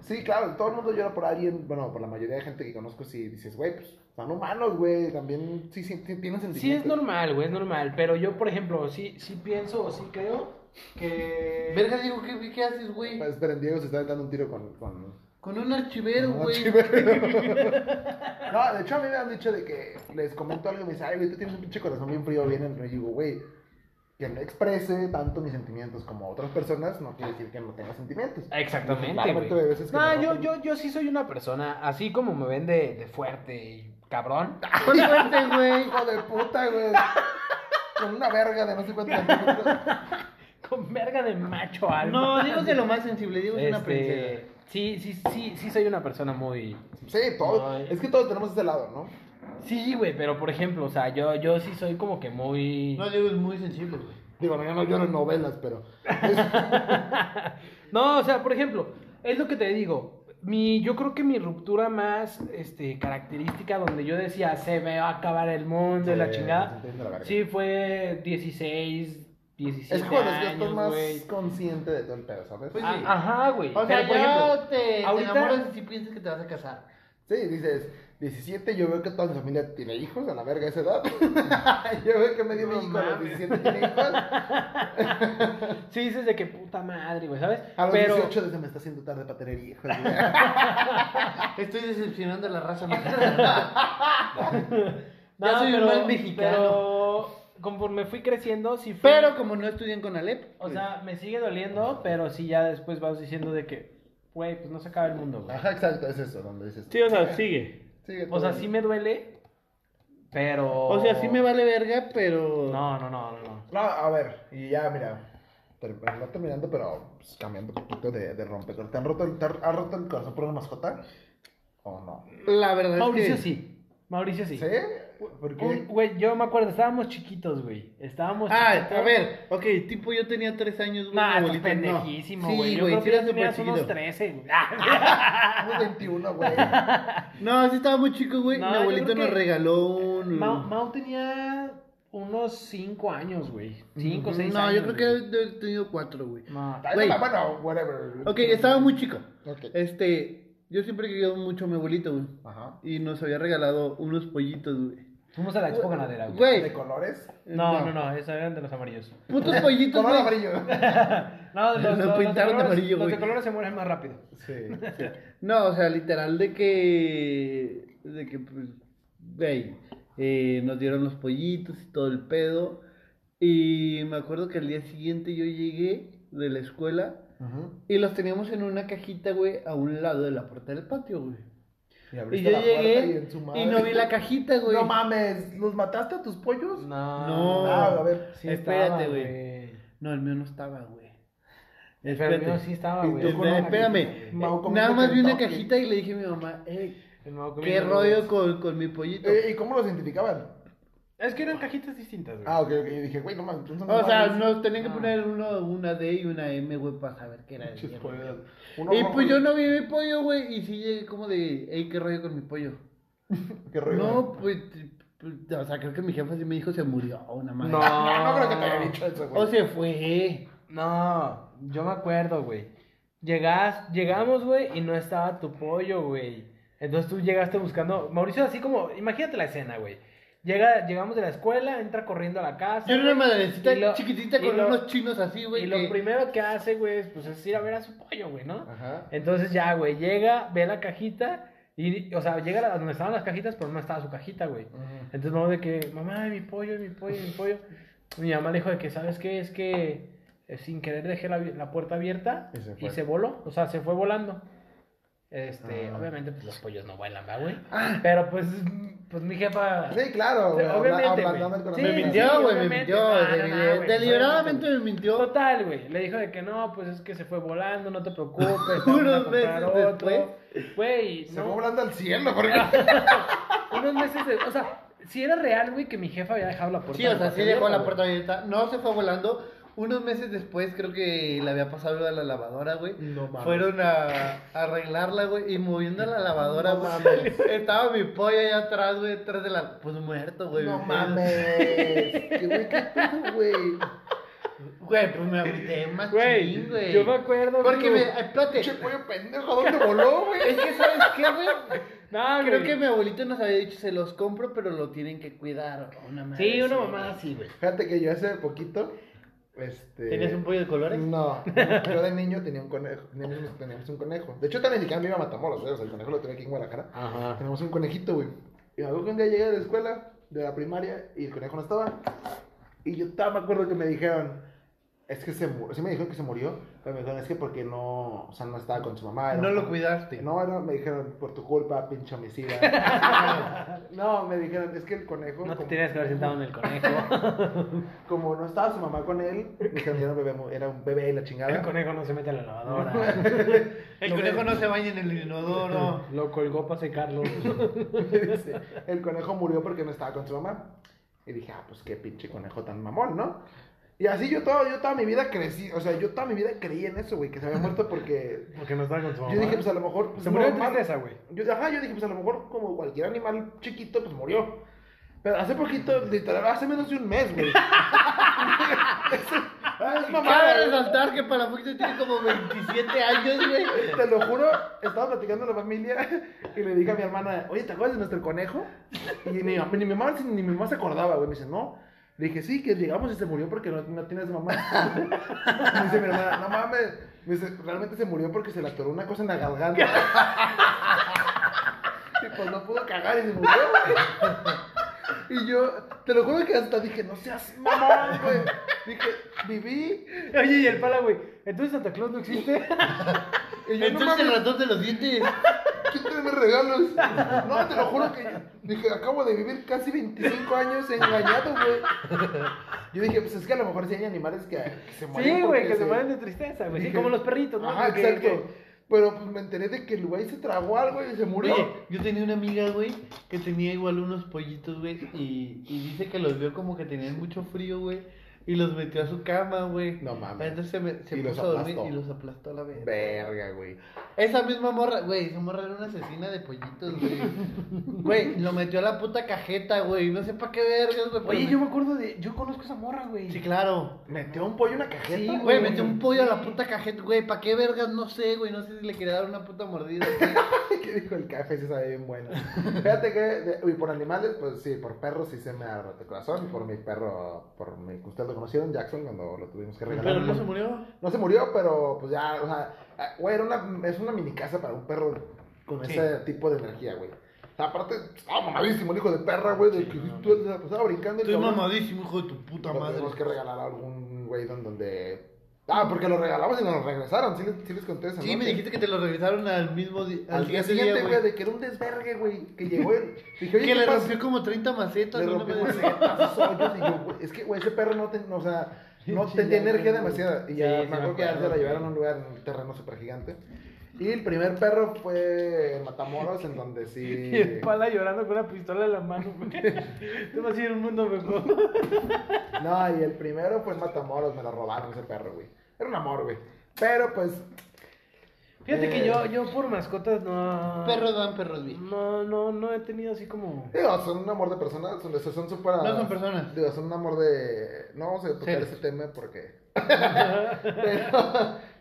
Speaker 2: Sí, claro, todo el mundo llora por alguien. Bueno, por la mayoría de gente que conozco, si dices, güey, pues son humanos, güey. También sí, sí, sí, tienen sentimientos.
Speaker 1: Sí, es normal, güey, es normal. Pero yo, por ejemplo, sí, sí pienso o sí creo que.
Speaker 3: Verga, digo, ¿qué, qué haces, güey?
Speaker 2: Pues, esperen, Diego se está dando un tiro con. con...
Speaker 3: Con un archivero,
Speaker 2: No,
Speaker 3: güey.
Speaker 2: sí, pero- No, de hecho a mí me han dicho de que les comento algo y me dicen, ay, güey, tú tienes un pinche corazón bien frío, bien en Y digo, güey, que no exprese tanto mis sentimientos como otras personas no quiere decir que no tenga sentimientos. pues,
Speaker 1: Exactamente.
Speaker 2: Claramente,
Speaker 1: güey.
Speaker 2: hay veces que
Speaker 1: no,
Speaker 2: no-
Speaker 1: yo, yo, yo sí soy una persona, así como me ven de, de fuerte y cabrón.
Speaker 3: Con suerte, güey.
Speaker 2: Hijo de puta, güey. Con una verga de no sé cuánto.
Speaker 1: Con verga de macho alma.
Speaker 3: No, digo que lo más sensible, digo es una
Speaker 1: Este,
Speaker 3: princesa.
Speaker 1: Sí, sí, sí, sí soy una persona muy...
Speaker 2: Sí, todo.
Speaker 1: Ay.
Speaker 2: Es que todos tenemos ese lado, ¿no?
Speaker 1: Sí, güey, pero por ejemplo, o sea, yo, yo sí soy como que muy...
Speaker 3: No, digo es muy sensible, güey.
Speaker 2: Digo, no, yo no lloro en novelas, pero.
Speaker 1: No, o sea, por ejemplo, es lo que te digo. Mi, yo creo que mi ruptura más este, característica donde yo decía se me va a acabar el mundo y la
Speaker 2: Sí,
Speaker 1: chingada.
Speaker 2: se entiende la verga.
Speaker 1: Sí, fue 16, 17
Speaker 2: Es que cuando ya
Speaker 1: años,
Speaker 2: estás más
Speaker 1: güey.
Speaker 2: consciente de todo el pedo, ¿sabes?
Speaker 3: Pues
Speaker 1: Ah,
Speaker 3: sí.
Speaker 1: Ajá, güey.
Speaker 3: O sea,
Speaker 1: Pero, por
Speaker 3: ya
Speaker 1: ejemplo,
Speaker 3: te, te
Speaker 1: ahorita-
Speaker 3: enamoras y piensas que te vas a casar.
Speaker 2: Sí, dices, 17, yo veo que toda mi familia tiene hijos a la verga a esa edad. yo veo que medio
Speaker 1: No
Speaker 2: México a los
Speaker 1: mames.
Speaker 2: 17 tiene hijos.
Speaker 1: Sí, dices de que puta madre, güey, ¿sabes?
Speaker 2: A los
Speaker 1: Pero,
Speaker 2: 18 desde me está haciendo tarde para tener hijos. güey.
Speaker 3: Estoy decepcionando a la raza mexicana.
Speaker 1: no,
Speaker 3: ya soy un
Speaker 1: pero-
Speaker 3: mal mexicano.
Speaker 1: Pero conforme fui creciendo, sí fue.
Speaker 3: Pero como no estudian con Alep, pues,
Speaker 1: O sea, me sigue doliendo, pero sí ya después vas diciendo de que, güey, pues no se acaba el mundo, güey.
Speaker 2: Ajá, exacto, es eso, donde dices.
Speaker 4: Sí, o sea, sigue.
Speaker 2: sigue
Speaker 1: O sea,
Speaker 2: todo.
Speaker 1: sí me duele, pero...
Speaker 4: O sea, sí me
Speaker 3: vale verga, pero.
Speaker 1: No, no, no, no, no.
Speaker 2: No, a ver, y ya, mira. ter- No terminando, pero pues, cambiando un poquito de, de rompecorazón. ¿Te han roto el, te ha- has roto el corazón por una mascota? ¿O no?
Speaker 3: La verdad
Speaker 1: Mauricio
Speaker 3: es que.
Speaker 1: sí, Mauricio sí.
Speaker 2: ¿Sí? ¿Por qué?
Speaker 1: Un- Güey, yo me acuerdo, estábamos chiquitos, güey. Estábamos
Speaker 3: Ah,
Speaker 1: chiquitos.
Speaker 3: a ver, ok, tipo yo tenía tres años, güey.
Speaker 1: Nah,
Speaker 3: mi
Speaker 1: estás
Speaker 3: abuelita no.
Speaker 1: pendejísimo, güey.
Speaker 3: Sí,
Speaker 1: yo
Speaker 3: güey,
Speaker 1: creo
Speaker 3: sí
Speaker 1: que
Speaker 3: era
Speaker 1: ya
Speaker 3: súper
Speaker 1: tenías unos
Speaker 3: chiquito. Ah.
Speaker 1: 13, güey.
Speaker 2: Unos 21, güey.
Speaker 3: No, sí estaba muy chico, güey.
Speaker 1: No,
Speaker 3: mi
Speaker 1: yo
Speaker 3: abuelito
Speaker 1: creo
Speaker 3: nos
Speaker 1: que-
Speaker 3: regaló un.
Speaker 1: Mau, Mau tenía unos 5 años, güey. 5, 6
Speaker 3: No,
Speaker 1: años.
Speaker 3: yo creo que
Speaker 1: güey.
Speaker 3: debe haber tenido cuatro, güey.
Speaker 1: No.
Speaker 3: Güey.
Speaker 2: Bueno, whatever.
Speaker 3: Ok, estaba muy chico.
Speaker 2: Ok.
Speaker 3: Este, yo siempre he querido mucho a mi abuelito, güey.
Speaker 2: Ajá.
Speaker 3: Y nos había regalado unos pollitos, güey.
Speaker 1: Fuimos a la expo ganadera, güey.
Speaker 3: Güey.
Speaker 2: ¿De colores?
Speaker 1: No, no, no, esos eran de los amarillos.
Speaker 3: Putos pollitos,
Speaker 2: Color
Speaker 3: güey.
Speaker 2: amarillo.
Speaker 1: No, los,
Speaker 3: Los
Speaker 1: los- los
Speaker 3: pintaron de
Speaker 1: colores-
Speaker 3: amarillo,
Speaker 1: Los de
Speaker 3: güey.
Speaker 1: colores se mueren más rápido.
Speaker 2: Sí.
Speaker 3: No, o sea, literal de que. De que, pues. Güey. eh, nos dieron los pollitos y todo el pedo. Y me acuerdo que al día siguiente yo llegué de la escuela.
Speaker 2: Ujú.
Speaker 3: Y los teníamos en una cajita, güey, a un lado de la puerta del patio, güey.
Speaker 2: Y,
Speaker 3: Y
Speaker 2: abriste
Speaker 3: yo
Speaker 2: la puerta
Speaker 3: llegué
Speaker 2: en su
Speaker 3: y,
Speaker 2: madre.
Speaker 3: no vi la cajita, güey.
Speaker 2: No mames, ¿los mataste a tus pollos?
Speaker 1: No.
Speaker 3: No.
Speaker 2: Ah, a ver.
Speaker 1: Sí
Speaker 3: Espérate,
Speaker 1: estaba,
Speaker 3: güey.
Speaker 1: güey.
Speaker 3: No, el mío no estaba, güey.
Speaker 1: Pero el mío
Speaker 3: Espérate.
Speaker 1: sí estaba,
Speaker 2: Y
Speaker 1: güey.
Speaker 2: tú
Speaker 1: Yo
Speaker 2: con
Speaker 1: con-
Speaker 2: una
Speaker 3: Espérame.
Speaker 2: Mau comiendo
Speaker 3: Nada más vi una
Speaker 2: Kentucky.
Speaker 3: cajita y le dije a mi mamá, eh,
Speaker 1: el nuevo
Speaker 3: qué
Speaker 1: comiendo-
Speaker 3: rollo con, con mi pollito.
Speaker 2: Eh, ¿Y cómo los identificaban?
Speaker 1: Es que eran cajitas distintas, güey.
Speaker 2: Ah, ok, ok. Yo dije, güey, no mames. son
Speaker 3: O sea,
Speaker 2: mames.
Speaker 3: nos tenían que
Speaker 1: Ah.
Speaker 3: poner uno, una D y una M, güey, para saber qué era. de
Speaker 2: Pinches
Speaker 3: ella, güey.
Speaker 2: pollos. Uno
Speaker 3: Y
Speaker 2: rojo
Speaker 3: pues yo no vi mi pollo, güey, y sí llegué como de, ey, qué rollo con mi pollo.
Speaker 2: Qué rollo.
Speaker 3: No, pues, pues, o sea, creo que mi jefa sí me dijo se murió, una madre.
Speaker 1: No.
Speaker 2: Ah, no creo que te haya dicho eso, güey.
Speaker 3: O se fue.
Speaker 1: No, yo me acuerdo, güey. Llegas, llegamos, güey, y no estaba tu pollo, güey. Entonces tú llegaste buscando. Mauricio, así como, imagínate la escena, güey. Llega, llegamos de la escuela, entra corriendo a la casa.
Speaker 3: Yo era una madrecita
Speaker 1: Y lo-
Speaker 3: chiquitita
Speaker 1: y
Speaker 3: con
Speaker 1: lo-
Speaker 3: unos chinos así, güey.
Speaker 1: Y lo
Speaker 3: que-
Speaker 1: primero que hace, güey, es, pues, es ir a ver a su pollo, güey, ¿no?
Speaker 2: Ajá.
Speaker 1: Entonces ya, güey, llega, ve la cajita. Y, o sea, llega a la- donde estaban las cajitas, pero no estaba su cajita, güey. Entonces mamá de que, mamá, mi pollo, mi pollo, mi pollo. Mi mamá le dijo de que, ¿sabes qué? Es que eh, sin querer dejé la, la puerta abierta
Speaker 2: Y
Speaker 1: y
Speaker 2: se
Speaker 1: se,
Speaker 2: fue.
Speaker 1: voló, o sea, se fue volando. Este,
Speaker 2: Ah.
Speaker 1: obviamente, pues los pollos no vuelan, ¿verdad, güey? Pero pues, mm, pues mi jefa...
Speaker 2: Sí, claro, güey. habla-
Speaker 1: obviamente, güey.
Speaker 2: ablandando el corazón.
Speaker 1: Sí,
Speaker 3: Me
Speaker 1: sí,
Speaker 3: mintió, güey, me
Speaker 1: obviamente.
Speaker 3: mintió.
Speaker 1: No, no,
Speaker 3: se-
Speaker 1: no, güey, pues,
Speaker 3: deliberadamente me mintió.
Speaker 1: Total, güey. Le dijo de que no, pues es que se fue volando, no te preocupes.
Speaker 3: Unos
Speaker 1: Unos
Speaker 3: meses después.
Speaker 1: Güey,
Speaker 2: Se
Speaker 1: no,
Speaker 2: fue volando al cielo, porque.
Speaker 1: unos meses de- O sea, si era real, güey, que mi jefa había dejado la puerta
Speaker 3: Sí, o sea, sí
Speaker 1: abierta,
Speaker 3: dejó la
Speaker 1: güey.
Speaker 3: puerta abierta. No se fue volando. Unos meses después creo que le había pasado a la lavadora, güey.
Speaker 2: No mames.
Speaker 3: Fueron a a arreglarla, güey, y moviendo la lavadora,
Speaker 2: No
Speaker 3: güey,
Speaker 2: mames.
Speaker 3: Estaba mi pollo allá atrás, güey, detrás de la... Pues muerto, güey.
Speaker 2: No
Speaker 3: Pero-
Speaker 2: mames. Qué güey, qué pedo, güey.
Speaker 3: Güey, pues me agüité más
Speaker 1: Güey,
Speaker 3: güey.
Speaker 1: yo me acuerdo,
Speaker 3: Porque me...
Speaker 1: güey.
Speaker 3: Espérate.
Speaker 2: Pinche pollo pendejo, ¿a ¿dónde voló, güey?
Speaker 3: Es que, ¿sabes qué, güey?
Speaker 1: No,
Speaker 3: Creo
Speaker 1: güey.
Speaker 3: que mi abuelito nos había dicho, se los compro, pero lo tienen que cuidar. o Una madre
Speaker 1: Sí, una
Speaker 3: así,
Speaker 1: mamada
Speaker 3: güey.
Speaker 1: así, güey.
Speaker 2: Fíjate que yo hace poquito. Este.
Speaker 3: ¿Tenías un pollo de colores?
Speaker 2: No, yo de niño tenía un conejo. Teníamos, teníamos un conejo. De hecho, tan siquiera me iba a Matamoros, ¿eh? O sea, el conejo lo tenía aquí en Guadalajara.
Speaker 1: Ah. Ajá.
Speaker 2: Tenemos un conejito, güey. Y me acuerdo que un día llegué de la escuela, de la primaria, y el conejo no estaba. Y yo ta- me acuerdo que me dijeron, Es que se murió. Sí me dijeron que se murió, pero me dijeron, es que porque no. O sea, no estaba con su mamá. era
Speaker 4: No
Speaker 2: un-
Speaker 4: lo cuidaste.
Speaker 2: No, era- me dijeron, por tu culpa, pinche homicida. no, me dijeron, es que el conejo.
Speaker 1: No te
Speaker 2: como-
Speaker 1: tenías que haber sentado en el conejo.
Speaker 2: Como no estaba su mamá con él, me dijeron, era un bebé, mu- era un bebé y la chingada.
Speaker 1: El conejo no se mete a la lavadora.
Speaker 4: El
Speaker 2: No,
Speaker 4: conejo
Speaker 2: no.
Speaker 4: no se baña en el inodoro.
Speaker 1: Lo colgó para secarlo.
Speaker 2: Dice, el conejo murió porque no estaba con su mamá. Y dije, ah, pues qué pinche conejo tan mamón, ¿no? Y así yo toda, yo toda mi vida crecí, o sea, yo toda mi vida creí en eso, güey, que se había muerto porque...
Speaker 4: Porque no estaba con su mamá.
Speaker 2: Yo dije, pues a lo mejor... pues,
Speaker 4: se murió de
Speaker 2: normal.
Speaker 4: tristeza, güey.
Speaker 2: Yo, ajá, yo dije, pues a lo mejor como cualquier animal chiquito, pues murió. Pero hace poquito, literal, hace menos de un mes, güey. es, es mamada,
Speaker 3: Cabe
Speaker 2: güey.
Speaker 3: resaltar que Palafoxio tiene como 27 años, güey.
Speaker 2: Te lo juro, estaba platicando en la familia y le dije a mi hermana, oye, ¿te acuerdas de nuestro conejo? Y ni, ni mi mamá, ni mi mamá se acordaba, güey. Me dice, no. Le dije, sí, que llegamos y se murió porque no, no tienes mamá. Me dice mi hermana, no mames. Me dice, realmente se murió porque se le atoró una cosa en la garganta. y pues no pudo cagar y se murió, güey. Y yo, te lo juro que hasta dije, no seas mamón, güey. Dije, viví.
Speaker 1: Oye, y el pala, güey. Entonces Santa Claus no existe.
Speaker 2: Y yo, no
Speaker 3: Entonces
Speaker 2: mames,
Speaker 3: el ratón de los dientes.
Speaker 2: Quítame regalos. No, te lo juro que yo- dije, acabo de vivir casi 25 años engañado, güey. Yo dije, pues es que a lo mejor sí hay animales que, que se mueren.
Speaker 1: Sí, güey,
Speaker 2: porque
Speaker 1: que se
Speaker 2: se-
Speaker 1: mueren de tristeza, güey. Sí,
Speaker 2: Dije-
Speaker 1: como los perritos, ¿no?
Speaker 2: Ajá,
Speaker 1: Que-
Speaker 2: exacto.
Speaker 1: que-
Speaker 2: Pero pues me enteré de que el güey se tragó algo y se murió.
Speaker 3: Oye, yo tenía una amiga, güey, que tenía igual unos pollitos, güey, y, y dice que los vio como que tenían mucho frío, güey, y los metió a su cama, güey.
Speaker 2: No mames.
Speaker 3: Entonces se, me- se
Speaker 2: Y los
Speaker 3: puso a dormir
Speaker 2: aplastó.
Speaker 3: y los aplastó a la verga.
Speaker 2: Verga, güey.
Speaker 3: Esa misma morra, güey, esa morra era una asesina de pollitos, güey. Güey, lo metió a la puta cajeta, güey, no sé para qué vergas, güey.
Speaker 1: Oye,
Speaker 3: pero
Speaker 1: yo me acuerdo de. Yo conozco esa morra, güey.
Speaker 3: me- Sí, claro.
Speaker 2: Metió un pollo en una cajeta.
Speaker 3: Sí, güey, metió un pollo a la puta cajeta, güey, ¿para qué vergas? No sé, güey, no sé si le quería dar una puta mordida. güey.
Speaker 2: ¿Qué dijo el café? Se sabe bien bueno. Fíjate que, de- uy, por animales, pues sí, por perros sí se me ha roto el corazón. Por mi perro, por mi, que ustedes lo conocieron, Jackson, cuando lo tuvimos que regalar.
Speaker 3: Pero no se murió.
Speaker 2: No se murió, pero pues ya, o sea, ah, güey, era una, es una mini casa para un perro con
Speaker 4: Sí.
Speaker 2: ese tipo de energía, güey. O sea, aparte, estaba mamadísimo el hijo de perra, güey, de que tú la pasaba brincando. y
Speaker 3: Estoy
Speaker 2: cabrón.
Speaker 3: mamadísimo, hijo de tu puta
Speaker 2: Lo
Speaker 3: madre.
Speaker 2: Tenemos que regalar a algún güey don- donde... Ah, porque lo regalamos y nos lo regresaron, sí, les- sí les conté esa
Speaker 3: Sí, me
Speaker 2: noche.
Speaker 3: dijiste que te lo regresaron al mismo di-
Speaker 2: Al día siguiente, güey, de que era un desvergue, güey, que llegó él. Dije, oye,
Speaker 3: Que
Speaker 2: ¿qué
Speaker 3: le
Speaker 2: pasó?
Speaker 3: rompió como 30 macetas.
Speaker 2: Le
Speaker 3: no
Speaker 2: rompió
Speaker 3: me-
Speaker 2: macetas, hoyos, y yo, güey, es que, güey, ese perro no, ten- o sea, no
Speaker 3: Sí,
Speaker 2: tenía
Speaker 3: ya,
Speaker 2: energía
Speaker 3: güey.
Speaker 2: demasiada. Y
Speaker 3: Sí,
Speaker 2: ya
Speaker 3: sí
Speaker 2: me
Speaker 3: me
Speaker 2: acuerdo que ya se la
Speaker 3: acuerdo,
Speaker 2: llevaron a
Speaker 3: güey.
Speaker 2: un lugar, un terreno súper gigante. Y el primer perro fue en Matamoros, en donde sí.
Speaker 1: Y el pala llorando con una pistola en la mano, güey. Te vas a ir a un mundo mejor.
Speaker 2: No, y el primero fue en Matamoros, me lo robaron ese perro, güey. Era un amor, güey. Pero pues,
Speaker 1: Fíjate que
Speaker 2: Eh.
Speaker 1: yo, yo por mascotas no.
Speaker 3: Perros van, perros bien.
Speaker 1: No, no, no he tenido así como.
Speaker 2: digo, son un amor de personas, son, son súper.
Speaker 3: No son personas.
Speaker 2: Digo, son un amor de. No vamos a tocar
Speaker 3: Seres.
Speaker 2: ese tema porque. Pero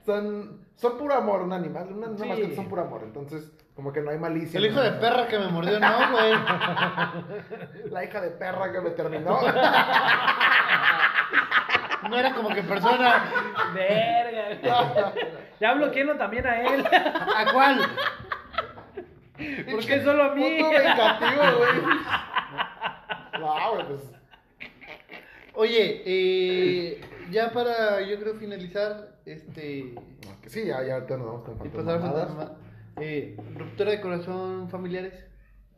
Speaker 2: son, son puro amor, un animal, una, una
Speaker 1: Sí.
Speaker 2: mascota son puro amor. Entonces, como que no hay malicia.
Speaker 3: El hijo de perra que me mordió, no, güey.
Speaker 2: La hija de perra que me terminó.
Speaker 3: No era como que persona.
Speaker 1: Verga, güey. Ya bloquearon también a él.
Speaker 3: ¿A cuál?
Speaker 1: Porque solo a mí.
Speaker 2: Puto vengativo, güey. No, güey, pues.
Speaker 3: Oye, eh, ya para, yo creo, finalizar, este.
Speaker 2: no, que sí, ya, ya ahorita nos vamos con
Speaker 3: Y pues,
Speaker 2: fantasmas.
Speaker 3: pasar a otro tema, eh, Ruptura de corazón familiares.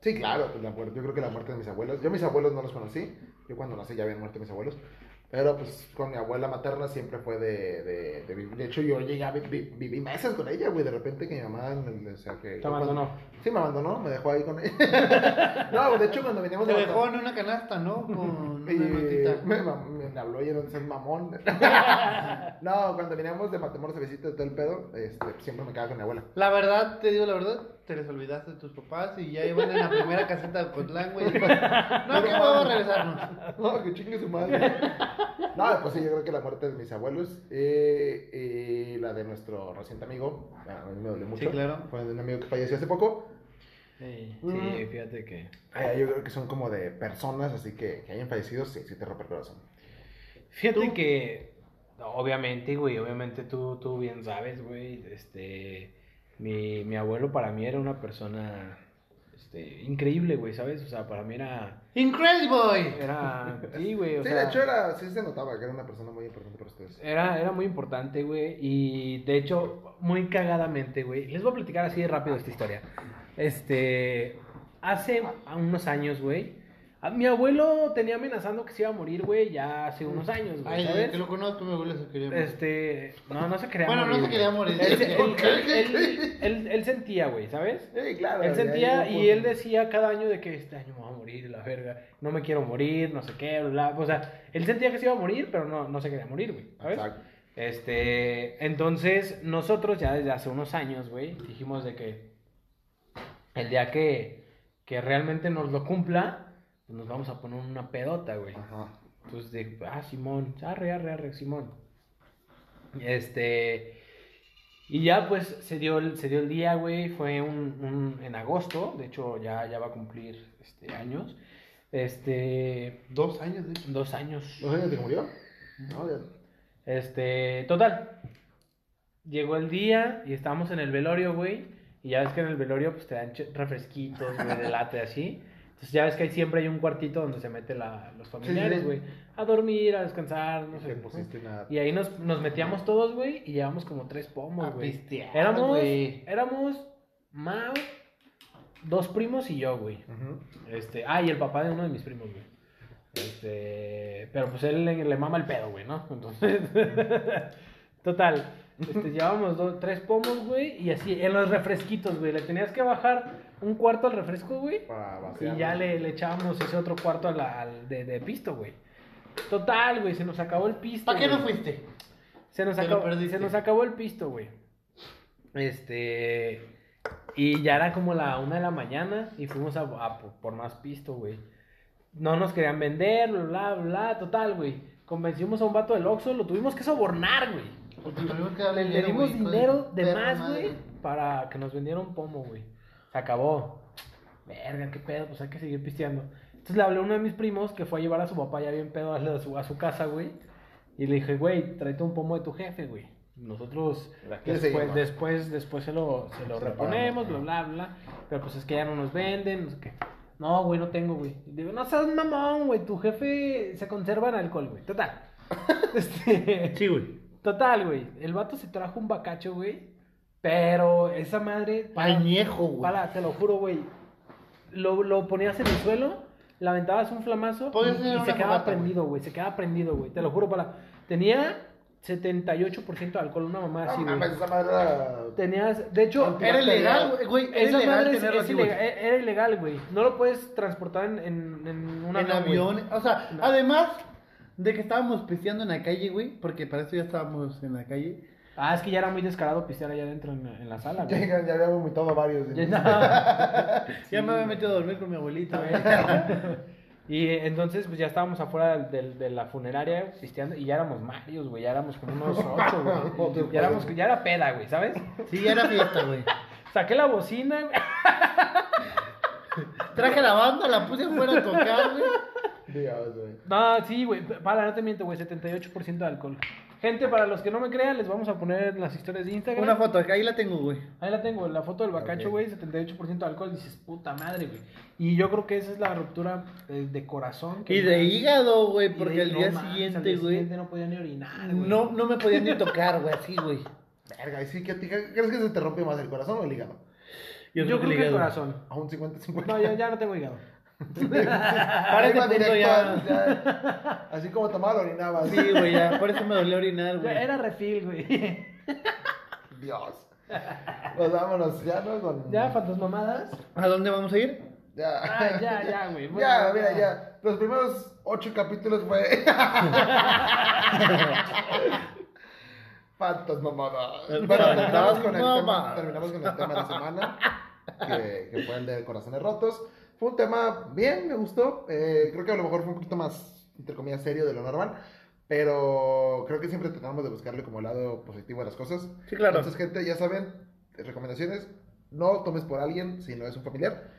Speaker 2: Sí, claro, pues la muerte. Yo creo que la muerte de mis abuelos. Yo mis abuelos no los conocí. Yo cuando nací ya habían muerto mis abuelos. Pero pues con mi abuela materna siempre fue de. De, de, vivir. de hecho, yo llegué a vi- vi- viví meses con ella, güey. De repente que mi mamá. O sea, que,
Speaker 1: Te abandonó.
Speaker 2: Sí, me abandonó, me dejó ahí con ella. no, güey, de hecho, cuando veníamos
Speaker 3: Te
Speaker 2: de
Speaker 3: dejó
Speaker 2: Matam-
Speaker 3: en una canasta, ¿no? Con una
Speaker 2: y-
Speaker 3: notita.
Speaker 2: me, mam- me habló y era un mamón. no, cuando veníamos de Matamoros a visita todo el pedo, este, siempre me quedaba con mi abuela.
Speaker 3: La verdad, te digo la verdad, te les olvidaste de tus papás y ya iban en la primera caseta de Cotlán, güey. No, que vamos a regresarnos.
Speaker 2: No, que chingue su madre. No, pues sí, yo creo que la muerte de mis abuelos eh, y la de nuestro reciente amigo, a mí me dolió mucho.
Speaker 3: Sí, claro.
Speaker 2: Fue de un amigo que falleció hace poco.
Speaker 1: Sí,
Speaker 2: Mm.
Speaker 1: fíjate que.
Speaker 2: Eh, yo creo que son como de personas, así que que hayan fallecido, sí, sí te rompe el corazón.
Speaker 1: Fíjate que, obviamente, güey, obviamente tú, tú bien sabes, güey, este, mi, mi abuelo para mí era una persona este, increíble, güey, ¿sabes? O sea, para mí era.
Speaker 4: Incredible Boy.
Speaker 1: Era. Sí, güey. o
Speaker 2: Sí,
Speaker 1: sea, Eh,
Speaker 2: de hecho era, sí se notaba que era una persona muy importante para ustedes.
Speaker 1: Era, era muy importante, güey. Y de hecho, muy cagadamente, güey. Les voy a platicar así de rápido esta historia. Este. Hace a- unos años, güey. a- Mi abuelo tenía amenazando que se iba a morir, güey, ya hace unos años, güey.
Speaker 4: Ay,
Speaker 1: ¿sabes?
Speaker 4: que lo conozco, mi abuelo se quería. morir.
Speaker 1: Este. No, no se quería
Speaker 4: Bueno, no
Speaker 1: morir.
Speaker 4: se quería
Speaker 1: güey.
Speaker 4: morir.
Speaker 1: Él, se- él-
Speaker 4: Ok.
Speaker 1: él- él- él- él sentía, güey, ¿sabes?
Speaker 2: Sí, claro.
Speaker 1: Él
Speaker 2: de ahí
Speaker 1: sentía
Speaker 2: hubo-
Speaker 1: y él decía cada año de que este año me voy a morir, la verga. No me quiero morir, no sé qué, bla, bla. O sea, él sentía que se iba a morir, pero no, no se quería morir, güey. ¿Sabes?
Speaker 2: Exacto.
Speaker 1: Este, entonces nosotros ya desde hace unos años, güey, dijimos de que el día que, que realmente nos lo cumpla, pues nos vamos a poner una pedota, güey.
Speaker 2: Ajá.
Speaker 1: Entonces de, ah, Simón, arre, arre, arre, Simón. Este, y ya pues se dio el, se dio el día, güey, fue un, un- en agosto, de hecho ya, ya va a cumplir este, años. Este,
Speaker 4: Dos años, de hecho.
Speaker 1: dos años.
Speaker 2: ¿Dos años de que murió? No, ya.
Speaker 1: Este, total. Llegó el día y estábamos en el velorio, güey. Y ya ves que en el velorio pues te dan che- refresquitos, güey, de late así. Entonces ya ves que ahí siempre hay un cuartito donde se mete la, los familiares,
Speaker 2: sí.
Speaker 1: güey. A dormir, a descansar, no sé.
Speaker 2: Te pusiste una...
Speaker 1: Y ahí nos, nos metíamos todos, güey, y llevamos como tres pomos,
Speaker 4: A
Speaker 1: güey.
Speaker 4: pistear,
Speaker 1: Éramos,
Speaker 4: güey.
Speaker 1: éramos Mao, dos primos y yo, güey.
Speaker 2: Ujú.
Speaker 1: Este, ah, y el papá de uno de mis primos, güey. Este, pero pues él le, le mama el pedo, güey, ¿no? Entonces, total, este, llevábamos dos, tres pomos, güey, y así, en los refresquitos, güey, le tenías que bajar un cuarto al refresco, güey,
Speaker 2: Para vaciar.
Speaker 1: y ya le, le echábamos ese otro cuarto a la- al de, de pisto, güey. Total, güey, se nos acabó el pisto.
Speaker 4: ¿Para qué
Speaker 1: güey.
Speaker 4: no fuiste?
Speaker 1: Se nos,
Speaker 4: Te lo
Speaker 1: acabó,
Speaker 4: perdiste.
Speaker 1: se nos acabó el pisto, güey. Este. Y ya era como la una de la mañana y fuimos a, a por- por más pisto, güey. No nos querían vender, bla, bla, bla. Total, güey. Convencimos a un vato del Oxxo, lo tuvimos que sobornar, güey.
Speaker 4: Porque tuvimos que darle
Speaker 1: Le, le dimos
Speaker 4: güey, hijo
Speaker 1: dinero
Speaker 4: su
Speaker 1: de
Speaker 4: perra
Speaker 1: más,
Speaker 4: madre.
Speaker 1: güey, para que nos vendiera un pomo, güey. Se acabó. Verga, qué pedo, pues hay que seguir pisteando. Entonces le hablé a uno de mis primos que fue a llevar a su papá ya bien pedo a, la- a su, a su casa, güey. Y le dije, güey, tráete un pomo de tu jefe, güey. Nosotros
Speaker 2: ¿Qué se
Speaker 1: después,
Speaker 2: llama?
Speaker 1: después, después se lo, se lo
Speaker 2: Se lo
Speaker 1: reponemos, bla,
Speaker 2: pagamos,
Speaker 1: bla, bla. Pero pues es que ya no nos venden, no sé qué. No, güey, no tengo, güey. Y Digo, no seas mamón, güey, tu jefe se conserva en alcohol, güey. Total. Este,
Speaker 3: Sí, güey.
Speaker 1: Total, güey. El vato se trajo un bacacho, güey. Pero esa madre.
Speaker 3: Añejo, güey.
Speaker 1: Para, te lo juro, güey. Lo, lo ponías en el suelo, le aventabas un flamazo y,
Speaker 4: Podía ser
Speaker 1: y
Speaker 4: una
Speaker 1: se quedaba
Speaker 4: fogata,
Speaker 1: prendido, güey. Se quedaba prendido, güey. Te lo juro, para. Tenía 78% de alcohol, una mamá así,
Speaker 2: No mames,
Speaker 1: güey.
Speaker 2: esa madre era...
Speaker 1: Tenías, de hecho,
Speaker 2: Antibac-
Speaker 1: era,
Speaker 3: Era ilegal, güey. Era
Speaker 1: esa
Speaker 3: ilegal
Speaker 1: madre es-
Speaker 3: tenerlo
Speaker 1: es
Speaker 3: así, güey.
Speaker 1: ilegal, e- era ilegal, güey. No lo puedes transportar en, en, en un
Speaker 3: en
Speaker 1: güey.
Speaker 3: aviones. O sea, además de que estábamos pisteando en la calle, güey, porque para eso ya estábamos en la calle.
Speaker 1: Ah, es que ya era muy descarado pistear allá adentro en, en la sala,
Speaker 2: Ya,
Speaker 1: güey.
Speaker 2: ya había vomitado varios.
Speaker 1: Ya
Speaker 2: ¿no?
Speaker 1: estaba-
Speaker 3: ya me había
Speaker 1: Sí.
Speaker 3: metido a dormir con mi abuelita, güey.
Speaker 1: Y eh, entonces, pues ya estábamos afuera del- del- de la funeraria pisteando y ya éramos Marios, güey. Ya éramos como unos ocho, güey. Ya, éramos, ya era peda, güey, ¿sabes?
Speaker 3: Sí, ya era fiesta, güey.
Speaker 1: Saqué la bocina, güey.
Speaker 3: Traje la banda, la puse afuera a tocar, güey.
Speaker 2: Dios, güey.
Speaker 1: No, sí, güey. Para, no te miento, güey. 78% de alcohol. Gente, para los que no me crean, les vamos a poner en las historias de Instagram.
Speaker 3: Una foto, ahí la tengo, güey.
Speaker 1: Ahí la tengo, la foto del bacacho,
Speaker 2: Ok.
Speaker 1: güey, 78% de alcohol. Dices, puta madre, güey. Y yo creo que esa es la ruptura eh, de corazón. que
Speaker 3: Y de
Speaker 1: más-
Speaker 3: hígado,
Speaker 1: y
Speaker 3: güey,
Speaker 1: de-
Speaker 3: porque al
Speaker 1: no
Speaker 3: día
Speaker 1: mames, al
Speaker 3: siguiente, güey.
Speaker 1: siguiente no podía ni orinar, güey.
Speaker 3: No, no me podían ni tocar, güey, así, güey.
Speaker 2: Verga, y sí, ¿qué, qué- qué crees que se te rompió más, el corazón o el hígado?
Speaker 1: Yo, creo que el corazón.
Speaker 2: A un 50-50.
Speaker 1: No, yo ya no tengo hígado.
Speaker 3: Para
Speaker 2: Ahí
Speaker 3: ese
Speaker 2: va
Speaker 3: punto
Speaker 2: directo
Speaker 3: ya.
Speaker 2: al- ya- Así como tomaba, lo orinaba.
Speaker 3: Sí, güey, ya. Por eso me dolió orinar,
Speaker 1: Ya
Speaker 3: güey.
Speaker 1: Era refil, güey.
Speaker 2: Dios. Pues vámonos, ya no con.
Speaker 1: Ya, fantasmamadas.
Speaker 3: ¿A dónde vamos a ir?
Speaker 2: Ya.
Speaker 1: Ah, ya, ya, güey. Bueno,
Speaker 2: ya, mira, ya. Los primeros ocho capítulos fue. Fantas mamada. Bueno, terminamos con, el tema,
Speaker 3: Mamá.
Speaker 2: terminamos con el tema de la semana. Que, que fue el de corazones rotos. Fue un tema bien, me gustó. eh, creo que a lo mejor fue un poquito más, entre comillas, serio de lo normal. Pero creo que siempre tratamos de buscarle como el lado positivo a las cosas.
Speaker 3: Sí, claro.
Speaker 2: Entonces, gente, ya saben, recomendaciones. No tomes por alguien si no es un familiar.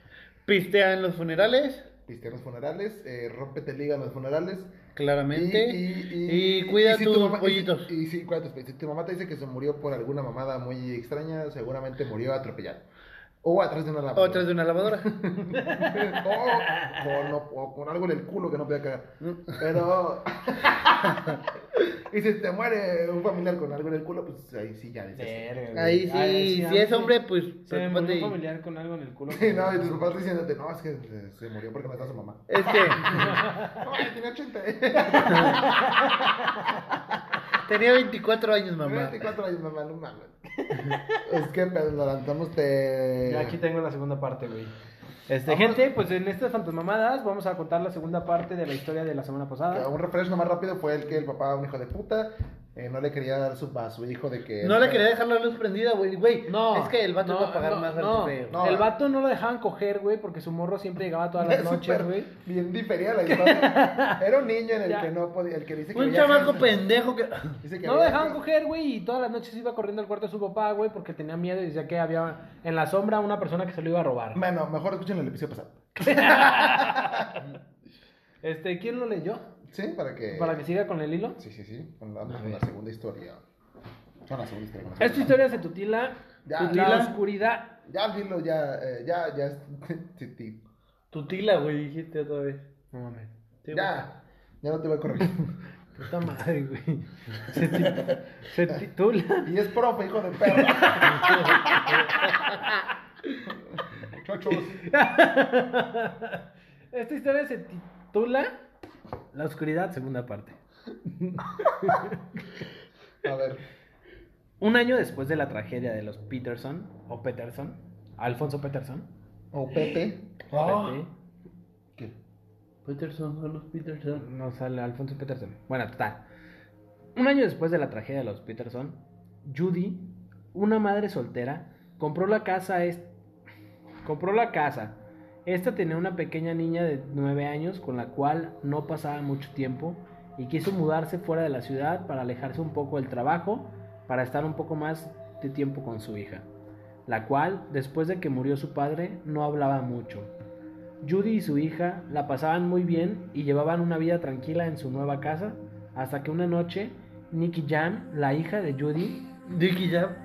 Speaker 3: Pistea en los funerales,
Speaker 2: Pistea en los funerales, eh, rómpete liga en los funerales.
Speaker 3: claramente. Y, cuida
Speaker 2: y si tu
Speaker 3: tus
Speaker 2: mamá- y si-
Speaker 3: pollitos.
Speaker 2: Y, sí, cuida tus pollitos. Si tu mamá te dice que se murió por alguna mamada muy extraña, seguramente murió atropellado. O atrás de una lámpara.
Speaker 3: Otras de una lavadora.
Speaker 2: O con, o con algo en el culo que no podía cagar. Pero. y si te muere un familiar con algo en el culo, pues ahí sí ya dices.
Speaker 1: Verga, güey.
Speaker 3: Ahí
Speaker 1: Ay,
Speaker 3: sí,
Speaker 1: a
Speaker 3: si
Speaker 1: mí
Speaker 3: es
Speaker 1: se-
Speaker 3: hombre, pues
Speaker 1: Se me
Speaker 3: preocúpate.
Speaker 1: murió un familiar con algo en el culo.
Speaker 2: Sí, no, y tus papás diciéndote, no, es que se, se murió porque mató a su mamá.
Speaker 3: Es que
Speaker 2: Ay, tenía 80.
Speaker 3: tenía 24 años,
Speaker 2: Tenía
Speaker 3: mamá.
Speaker 2: 24 años, mamá, no mames. es que pues, lo lanzamos de.
Speaker 1: Yo aquí tengo la segunda parte, güey.
Speaker 3: Ah,
Speaker 1: Este,
Speaker 2: Vamos.
Speaker 1: gente, pues en estas fantasmamadas vamos a contar la segunda parte de la historia de la semana
Speaker 2: Que
Speaker 1: pasada.
Speaker 2: Un refresh nomás rápido fue el que el papá, un hijo de puta, eh, no le quería dar su, a su hijo de que.
Speaker 3: No le quería dejar la luz prendida, güey. Güey,
Speaker 1: No.
Speaker 3: es que el vato
Speaker 1: no,
Speaker 3: iba a pagar
Speaker 1: no,
Speaker 3: más al
Speaker 1: no,
Speaker 3: feo.
Speaker 1: no. El vato no lo dejaban coger, güey, porque su morro siempre llegaba todas las
Speaker 2: Es
Speaker 1: noches,
Speaker 2: súper
Speaker 1: güey.
Speaker 2: Bien difería la historia. Era un niño en el
Speaker 1: Ya.
Speaker 2: que no podía, el que dice que.
Speaker 3: Un
Speaker 2: veía
Speaker 3: chamaco
Speaker 2: gente.
Speaker 3: pendejo que.
Speaker 2: Dice que
Speaker 1: No lo
Speaker 2: veía
Speaker 1: dejaban
Speaker 2: gente.
Speaker 1: coger, güey, y todas las noches iba corriendo al cuarto de su papá, güey, porque tenía miedo y decía que había en la sombra una persona que se lo iba a robar.
Speaker 2: Bueno, mejor escuchen el episodio pasado.
Speaker 1: Este, ¿quién lo leyó?
Speaker 2: ¿Sí? Para que.
Speaker 1: Para que siga con el hilo.
Speaker 2: Sí, sí, sí. Con la, con la segunda historia. Son la segunda historia. con la
Speaker 1: Esta
Speaker 2: segunda.
Speaker 1: historia se tutila.
Speaker 2: Ya,
Speaker 1: tutila.
Speaker 2: la-
Speaker 1: La oscuridad.
Speaker 2: Ya al filo, ya. eh, ya, ya. es- ti- ti-
Speaker 3: Tutila, güey, dijiste otra vez.
Speaker 1: No mames.
Speaker 2: Ya. Ya no te voy a corregir.
Speaker 1: Puta madre, güey. Se, ti- se titula.
Speaker 2: Y es profe, hijo de perra. Chochos.
Speaker 1: Esta historia se titula La oscuridad, segunda parte.
Speaker 2: A ver.
Speaker 1: Un año después de la tragedia de los Peterson, o Peterson, Alfonso Peterson,
Speaker 2: O Pepe.
Speaker 1: Pepe,
Speaker 2: ¿Qué?
Speaker 3: Peterson, son los Peterson.
Speaker 1: no sale Alfonso Peterson. Bueno, total. Un año después de la tragedia de los Peterson, Judy, una madre soltera, compró la casa. es- Compró la casa. Esta tenía una pequeña niña de 9 años con la cual no pasaba mucho tiempo y quiso mudarse fuera de la ciudad para alejarse un poco del trabajo, para estar un poco más de tiempo con su hija, la cual, después de que murió su padre, no hablaba mucho. Judy y su hija la pasaban muy bien y llevaban una vida tranquila en su nueva casa, hasta que una noche Nicky Jam, la hija de Judy,
Speaker 3: Dicky ya.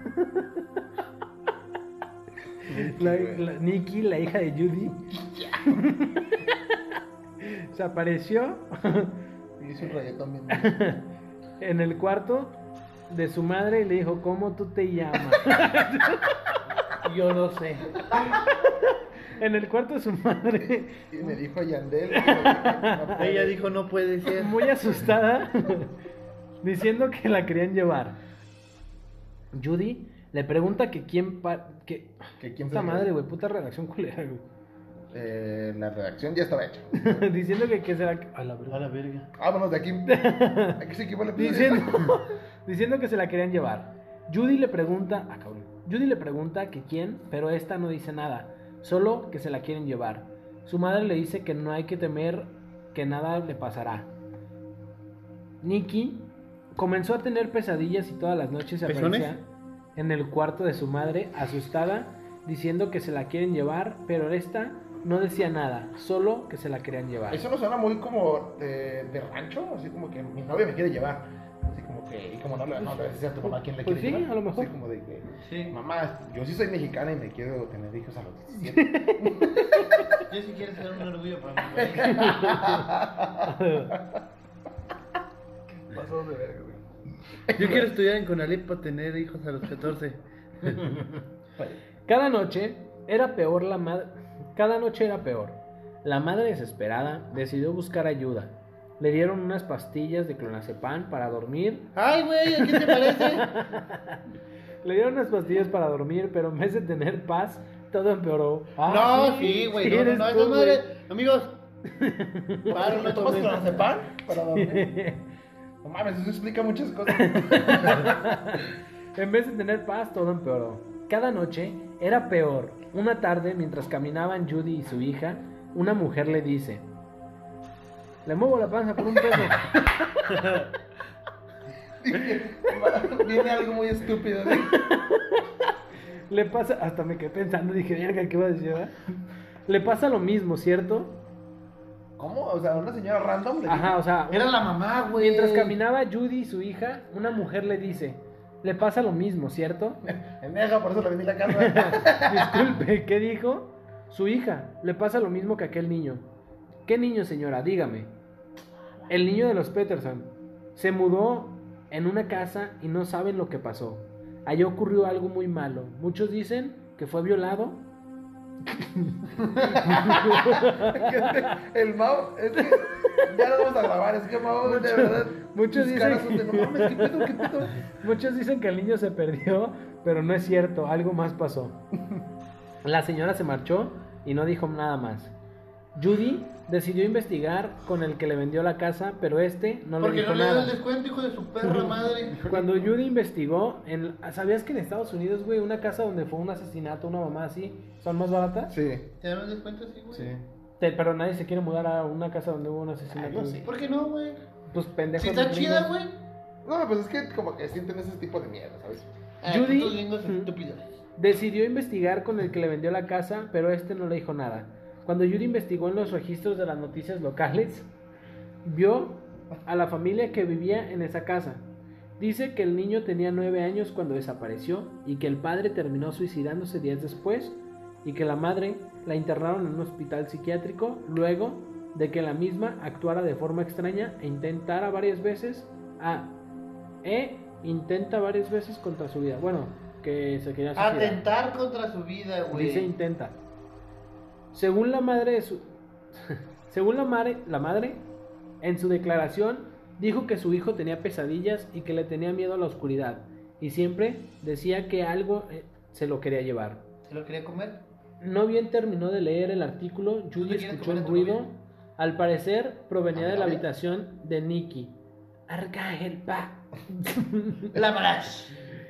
Speaker 1: la, la- Nikki, la hija de Judy, se apareció
Speaker 2: Hice un reggaetón bien. bonito.
Speaker 1: en el cuarto de su madre y le dijo, ¿cómo tú te llamas?
Speaker 3: Yo no sé.
Speaker 1: en el cuarto de su madre,
Speaker 2: Y me dijo Yandel. que me dijo que no puede.
Speaker 3: Ella dijo, no puede ser.
Speaker 1: muy asustada, diciendo que la querían llevar. Judy le pregunta que quién... pa- que,
Speaker 2: que quién
Speaker 1: Puta
Speaker 2: se-
Speaker 1: madre, güey, puta redacción culera, güey.
Speaker 2: Eh, la redacción ya estaba hecha.
Speaker 1: Diciendo que qué será que. a la verga.
Speaker 4: A la verga.
Speaker 2: Vámonos de aquí. Aquí se equivale.
Speaker 1: Diciendo, diciendo que se la querían llevar. Judy le pregunta. Ah, cabrón. Judy le pregunta que quién, pero esta no dice nada. Solo que se la quieren llevar. Su madre le dice que no hay que temer que nada le pasará. Nikki comenzó a tener pesadillas y todas las noches se
Speaker 3: ¿Pezones?
Speaker 1: aparecía en el cuarto de su madre, asustada, diciendo que se la quieren llevar, pero esta no decía nada, solo que se la querían llevar.
Speaker 2: Eso no suena muy como de, de rancho, así como que mi novia me quiere llevar. Así como que, y como no, le- no le decía a tu mamá quién le
Speaker 1: Pues
Speaker 2: quiere
Speaker 1: sí,
Speaker 2: llevar.
Speaker 1: a lo mejor.
Speaker 2: Así como de que,
Speaker 4: Sí.
Speaker 2: mamá, yo sí soy mexicana y me quiero tener hijos a los 17.
Speaker 4: Yo si quieres ser un orgullo para mi país.
Speaker 2: Pasó de verga, güey.
Speaker 3: Yo quiero estudiar en Conalep para tener hijos a los 14.
Speaker 1: Cada noche era peor la madre. Cada noche era peor. La madre desesperada decidió buscar ayuda. Le dieron unas pastillas de clonazepam para dormir.
Speaker 3: Ay, güey, ¿a qué te parece?
Speaker 1: Le dieron unas pastillas para dormir, pero en vez de tener paz, todo empeoró. Ah,
Speaker 3: No, sí, güey. no,
Speaker 1: eres
Speaker 3: no, no,
Speaker 1: tú,
Speaker 3: esas
Speaker 1: güey.
Speaker 3: madres- Amigos,
Speaker 2: Claro, ¿no tomas clonazepam para dormir? No mames, eso explica muchas cosas.
Speaker 1: En vez de tener paz, todo empeoró. Cada noche era peor. Una tarde, mientras caminaban Judy y su hija, una mujer le dice: Le muevo la panza por un peso.
Speaker 2: Viene algo muy estúpido. ¿sí?
Speaker 1: Le pasa, hasta me quedé pensando, dije, verga, ¿qué va a decir? verdad?" Le pasa lo mismo, ¿cierto?
Speaker 2: ¿Cómo? O sea, una señora random. le dijo,
Speaker 1: Ajá, o sea,
Speaker 3: era la mamá, güey.
Speaker 1: mientras caminaba Judy y su hija, una mujer le dice, le pasa lo mismo, ¿cierto?
Speaker 2: En neja, por eso le vendí la casa.
Speaker 1: Disculpe, ¿qué dijo? Su hija, le pasa lo mismo que aquel niño. ¿Qué niño, señora? Dígame. El niño de los Peterson. Se mudó en una casa y no saben lo que pasó. Allí ocurrió algo muy malo. Muchos dicen que fue violado.
Speaker 2: el Mau, es que ya lo vamos a grabar, es que Mau, de verdad.
Speaker 1: muchos
Speaker 2: sus
Speaker 1: dicen
Speaker 2: caras
Speaker 1: que-
Speaker 2: son de, no mames, qué pedo, qué pedo.
Speaker 1: Muchos dicen que el niño se perdió, pero no es cierto, algo más pasó. La señora se marchó y no dijo nada más. Judy decidió investigar con el que le vendió la casa, pero este no le
Speaker 4: Porque
Speaker 1: dijo
Speaker 4: no le
Speaker 1: nada.
Speaker 4: dan descuento, hijo de su perra madre.
Speaker 1: Cuando Judy investigó, en- ¿sabías que en Estados Unidos, güey, una casa donde fue un asesinato, una mamá así, son más baratas?
Speaker 2: Sí,
Speaker 4: ¿Te dan un descuento así, güey?
Speaker 2: sí.
Speaker 1: Te- pero nadie se quiere mudar a una casa donde hubo un asesinato.
Speaker 2: Ay, no sé.
Speaker 4: ¿Por qué no, güey?
Speaker 1: Pues pendejos.
Speaker 4: Si está
Speaker 1: gringos.
Speaker 4: chida, güey.
Speaker 2: No, pues es que como que sienten ese tipo de miedo, ¿sabes?
Speaker 4: Ah,
Speaker 1: Judy-
Speaker 4: putos gringos
Speaker 1: Mm.
Speaker 4: estúpidos.
Speaker 1: Decidió investigar con el que le vendió la casa, pero este no le dijo nada. Cuando Judy investigó en los registros de las noticias locales, vio a la familia que vivía en esa casa. Dice que el niño tenía nueve años cuando desapareció y que el padre terminó suicidándose días después y que la madre la internaron en un hospital psiquiátrico luego de que la misma actuara de forma extraña e intentara varias veces a e intenta varias veces contra su vida. Bueno, que se quería suicidar.
Speaker 4: Atentar contra su vida,
Speaker 1: Dice
Speaker 4: güey.
Speaker 1: intenta. Según la madre de su... Según la madre, la madre, en su declaración dijo que su hijo tenía pesadillas y que le tenía miedo a la oscuridad. Y siempre decía que algo eh, se lo quería llevar.
Speaker 4: ¿Se lo quería comer?
Speaker 1: No bien terminó de leer el artículo, Judy
Speaker 4: quieres
Speaker 1: escuchó
Speaker 4: comer
Speaker 1: el
Speaker 4: a tu
Speaker 1: ruido.
Speaker 4: novia?
Speaker 1: Al parecer provenía
Speaker 2: A ver,
Speaker 1: de la
Speaker 2: a ver.
Speaker 1: habitación de Nicky. Arcángel, pa.
Speaker 4: La marash.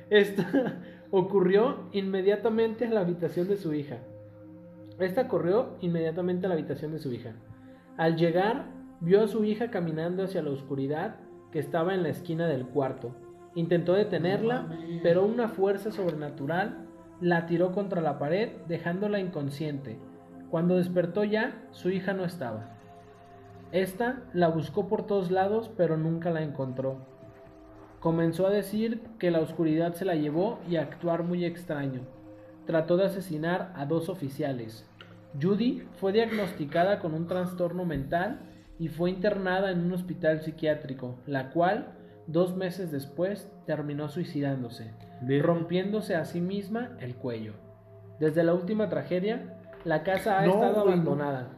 Speaker 1: Esto ocurrió inmediatamente en la habitación de su hija. Esta corrió inmediatamente a la habitación de su hija. Al llegar, vio a su hija caminando hacia la oscuridad que estaba en la esquina del cuarto. Intentó detenerla, pero una fuerza sobrenatural la tiró contra la pared, dejándola inconsciente. Cuando despertó ya, su hija no estaba. Esta la buscó por todos lados, pero nunca la encontró. Comenzó a decir que la oscuridad se la llevó y a actuar muy extraño. Trató de asesinar a dos oficiales. Judy fue diagnosticada con un trastorno mental y fue internada en un hospital psiquiátrico, la cual, dos meses después, terminó suicidándose, rompiéndose a sí misma el cuello. Desde la última tragedia, la casa ha
Speaker 2: No,
Speaker 1: estado
Speaker 2: güey, no.
Speaker 1: abandonada,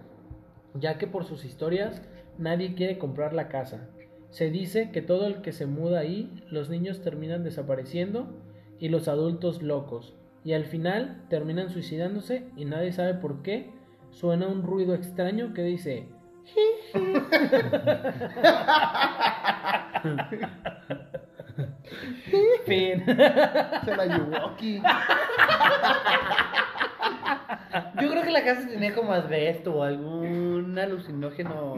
Speaker 1: ya que por sus historias nadie quiere comprar la casa. Se dice que todo el que se muda ahí, los niños terminan desapareciendo y los adultos locos. Y al final terminan suicidándose y nadie sabe por qué. Suena un ruido extraño que dice... Fin.
Speaker 2: Se la llevó aquí.
Speaker 3: Yo creo que la casa tenía como asbesto o algún alucinógeno.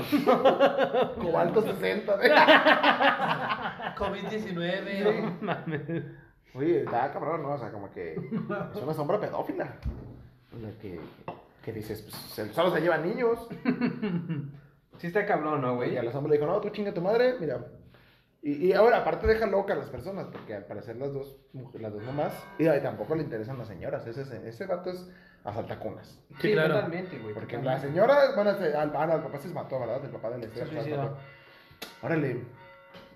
Speaker 2: Cobalto 60. ¿eh?
Speaker 4: COVID-19.
Speaker 2: Oye, está cabrón, ¿no? O sea, como que es una sombra pedófila. O sea, que, que dices, pues se- solo se llevan niños.
Speaker 5: Sí está cabrón, ¿no, güey?
Speaker 2: Y a la sombra le dijo, no, tú chinga tu madre, mira. Y, y ahora, aparte, deja loca a las personas, porque al parecer las dos, muj- las dos mamás, y ay, tampoco le interesan las señoras. Ese, ese, ese vato es asaltacunas.
Speaker 5: Sí,
Speaker 3: claro.
Speaker 5: totalmente, güey.
Speaker 2: Porque
Speaker 5: totalmente.
Speaker 2: las señoras van a ser. Al, ah, no, el papá se mató, ¿verdad? El papá de la historia.
Speaker 5: Se
Speaker 2: se
Speaker 5: suicidó.
Speaker 2: mató. Órale.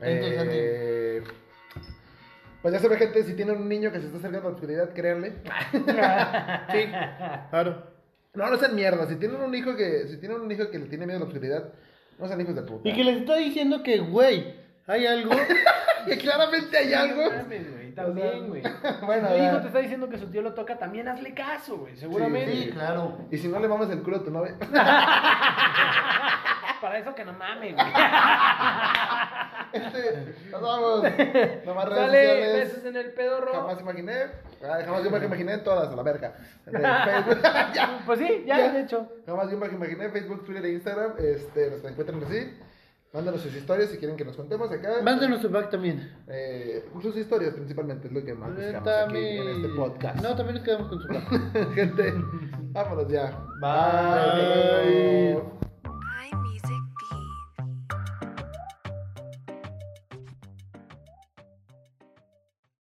Speaker 4: Entonces,
Speaker 2: Eh, pues ya sabe, gente, si tienen un niño que se está acercando a la oscuridad, créanle.
Speaker 3: Sí, claro.
Speaker 2: No, no sean mierda. Si tienen un hijo que, si tienen un hijo que le tiene miedo a la oscuridad, no sean hijos de puta.
Speaker 3: Y que les está diciendo que, güey, hay algo.
Speaker 2: Que claramente hay algo.
Speaker 1: No mames, güey, También, güey.
Speaker 2: Bueno,
Speaker 1: tu hijo
Speaker 2: ya.
Speaker 1: te está diciendo que su tío lo toca, también hazle caso, güey. Seguramente.
Speaker 4: Sí, claro.
Speaker 2: Y si no le mamas el culo a tu novia.
Speaker 1: Para eso que no mames, güey.
Speaker 2: Este, nos vamos. No más redes
Speaker 1: Sale
Speaker 2: sociales.
Speaker 1: besos en el pedorro.
Speaker 2: Jamás imaginé. Ah, jamás yo me imaginé todas a la verga. De Facebook. ya.
Speaker 1: Pues sí, ya,
Speaker 2: Ya.
Speaker 1: de hecho.
Speaker 2: Jamás yo me imaginé Facebook, Twitter e Instagram. Este, nos encuentran así. Mándanos sus historias si quieren que nos contemos acá.
Speaker 3: Mándenos su pack también.
Speaker 2: Eh, sus historias principalmente es lo que más buscamos aquí en este podcast.
Speaker 3: Pues No, también nos quedamos con su pack.
Speaker 2: Gente, vámonos ya.
Speaker 5: Bye.
Speaker 2: Hasta luego.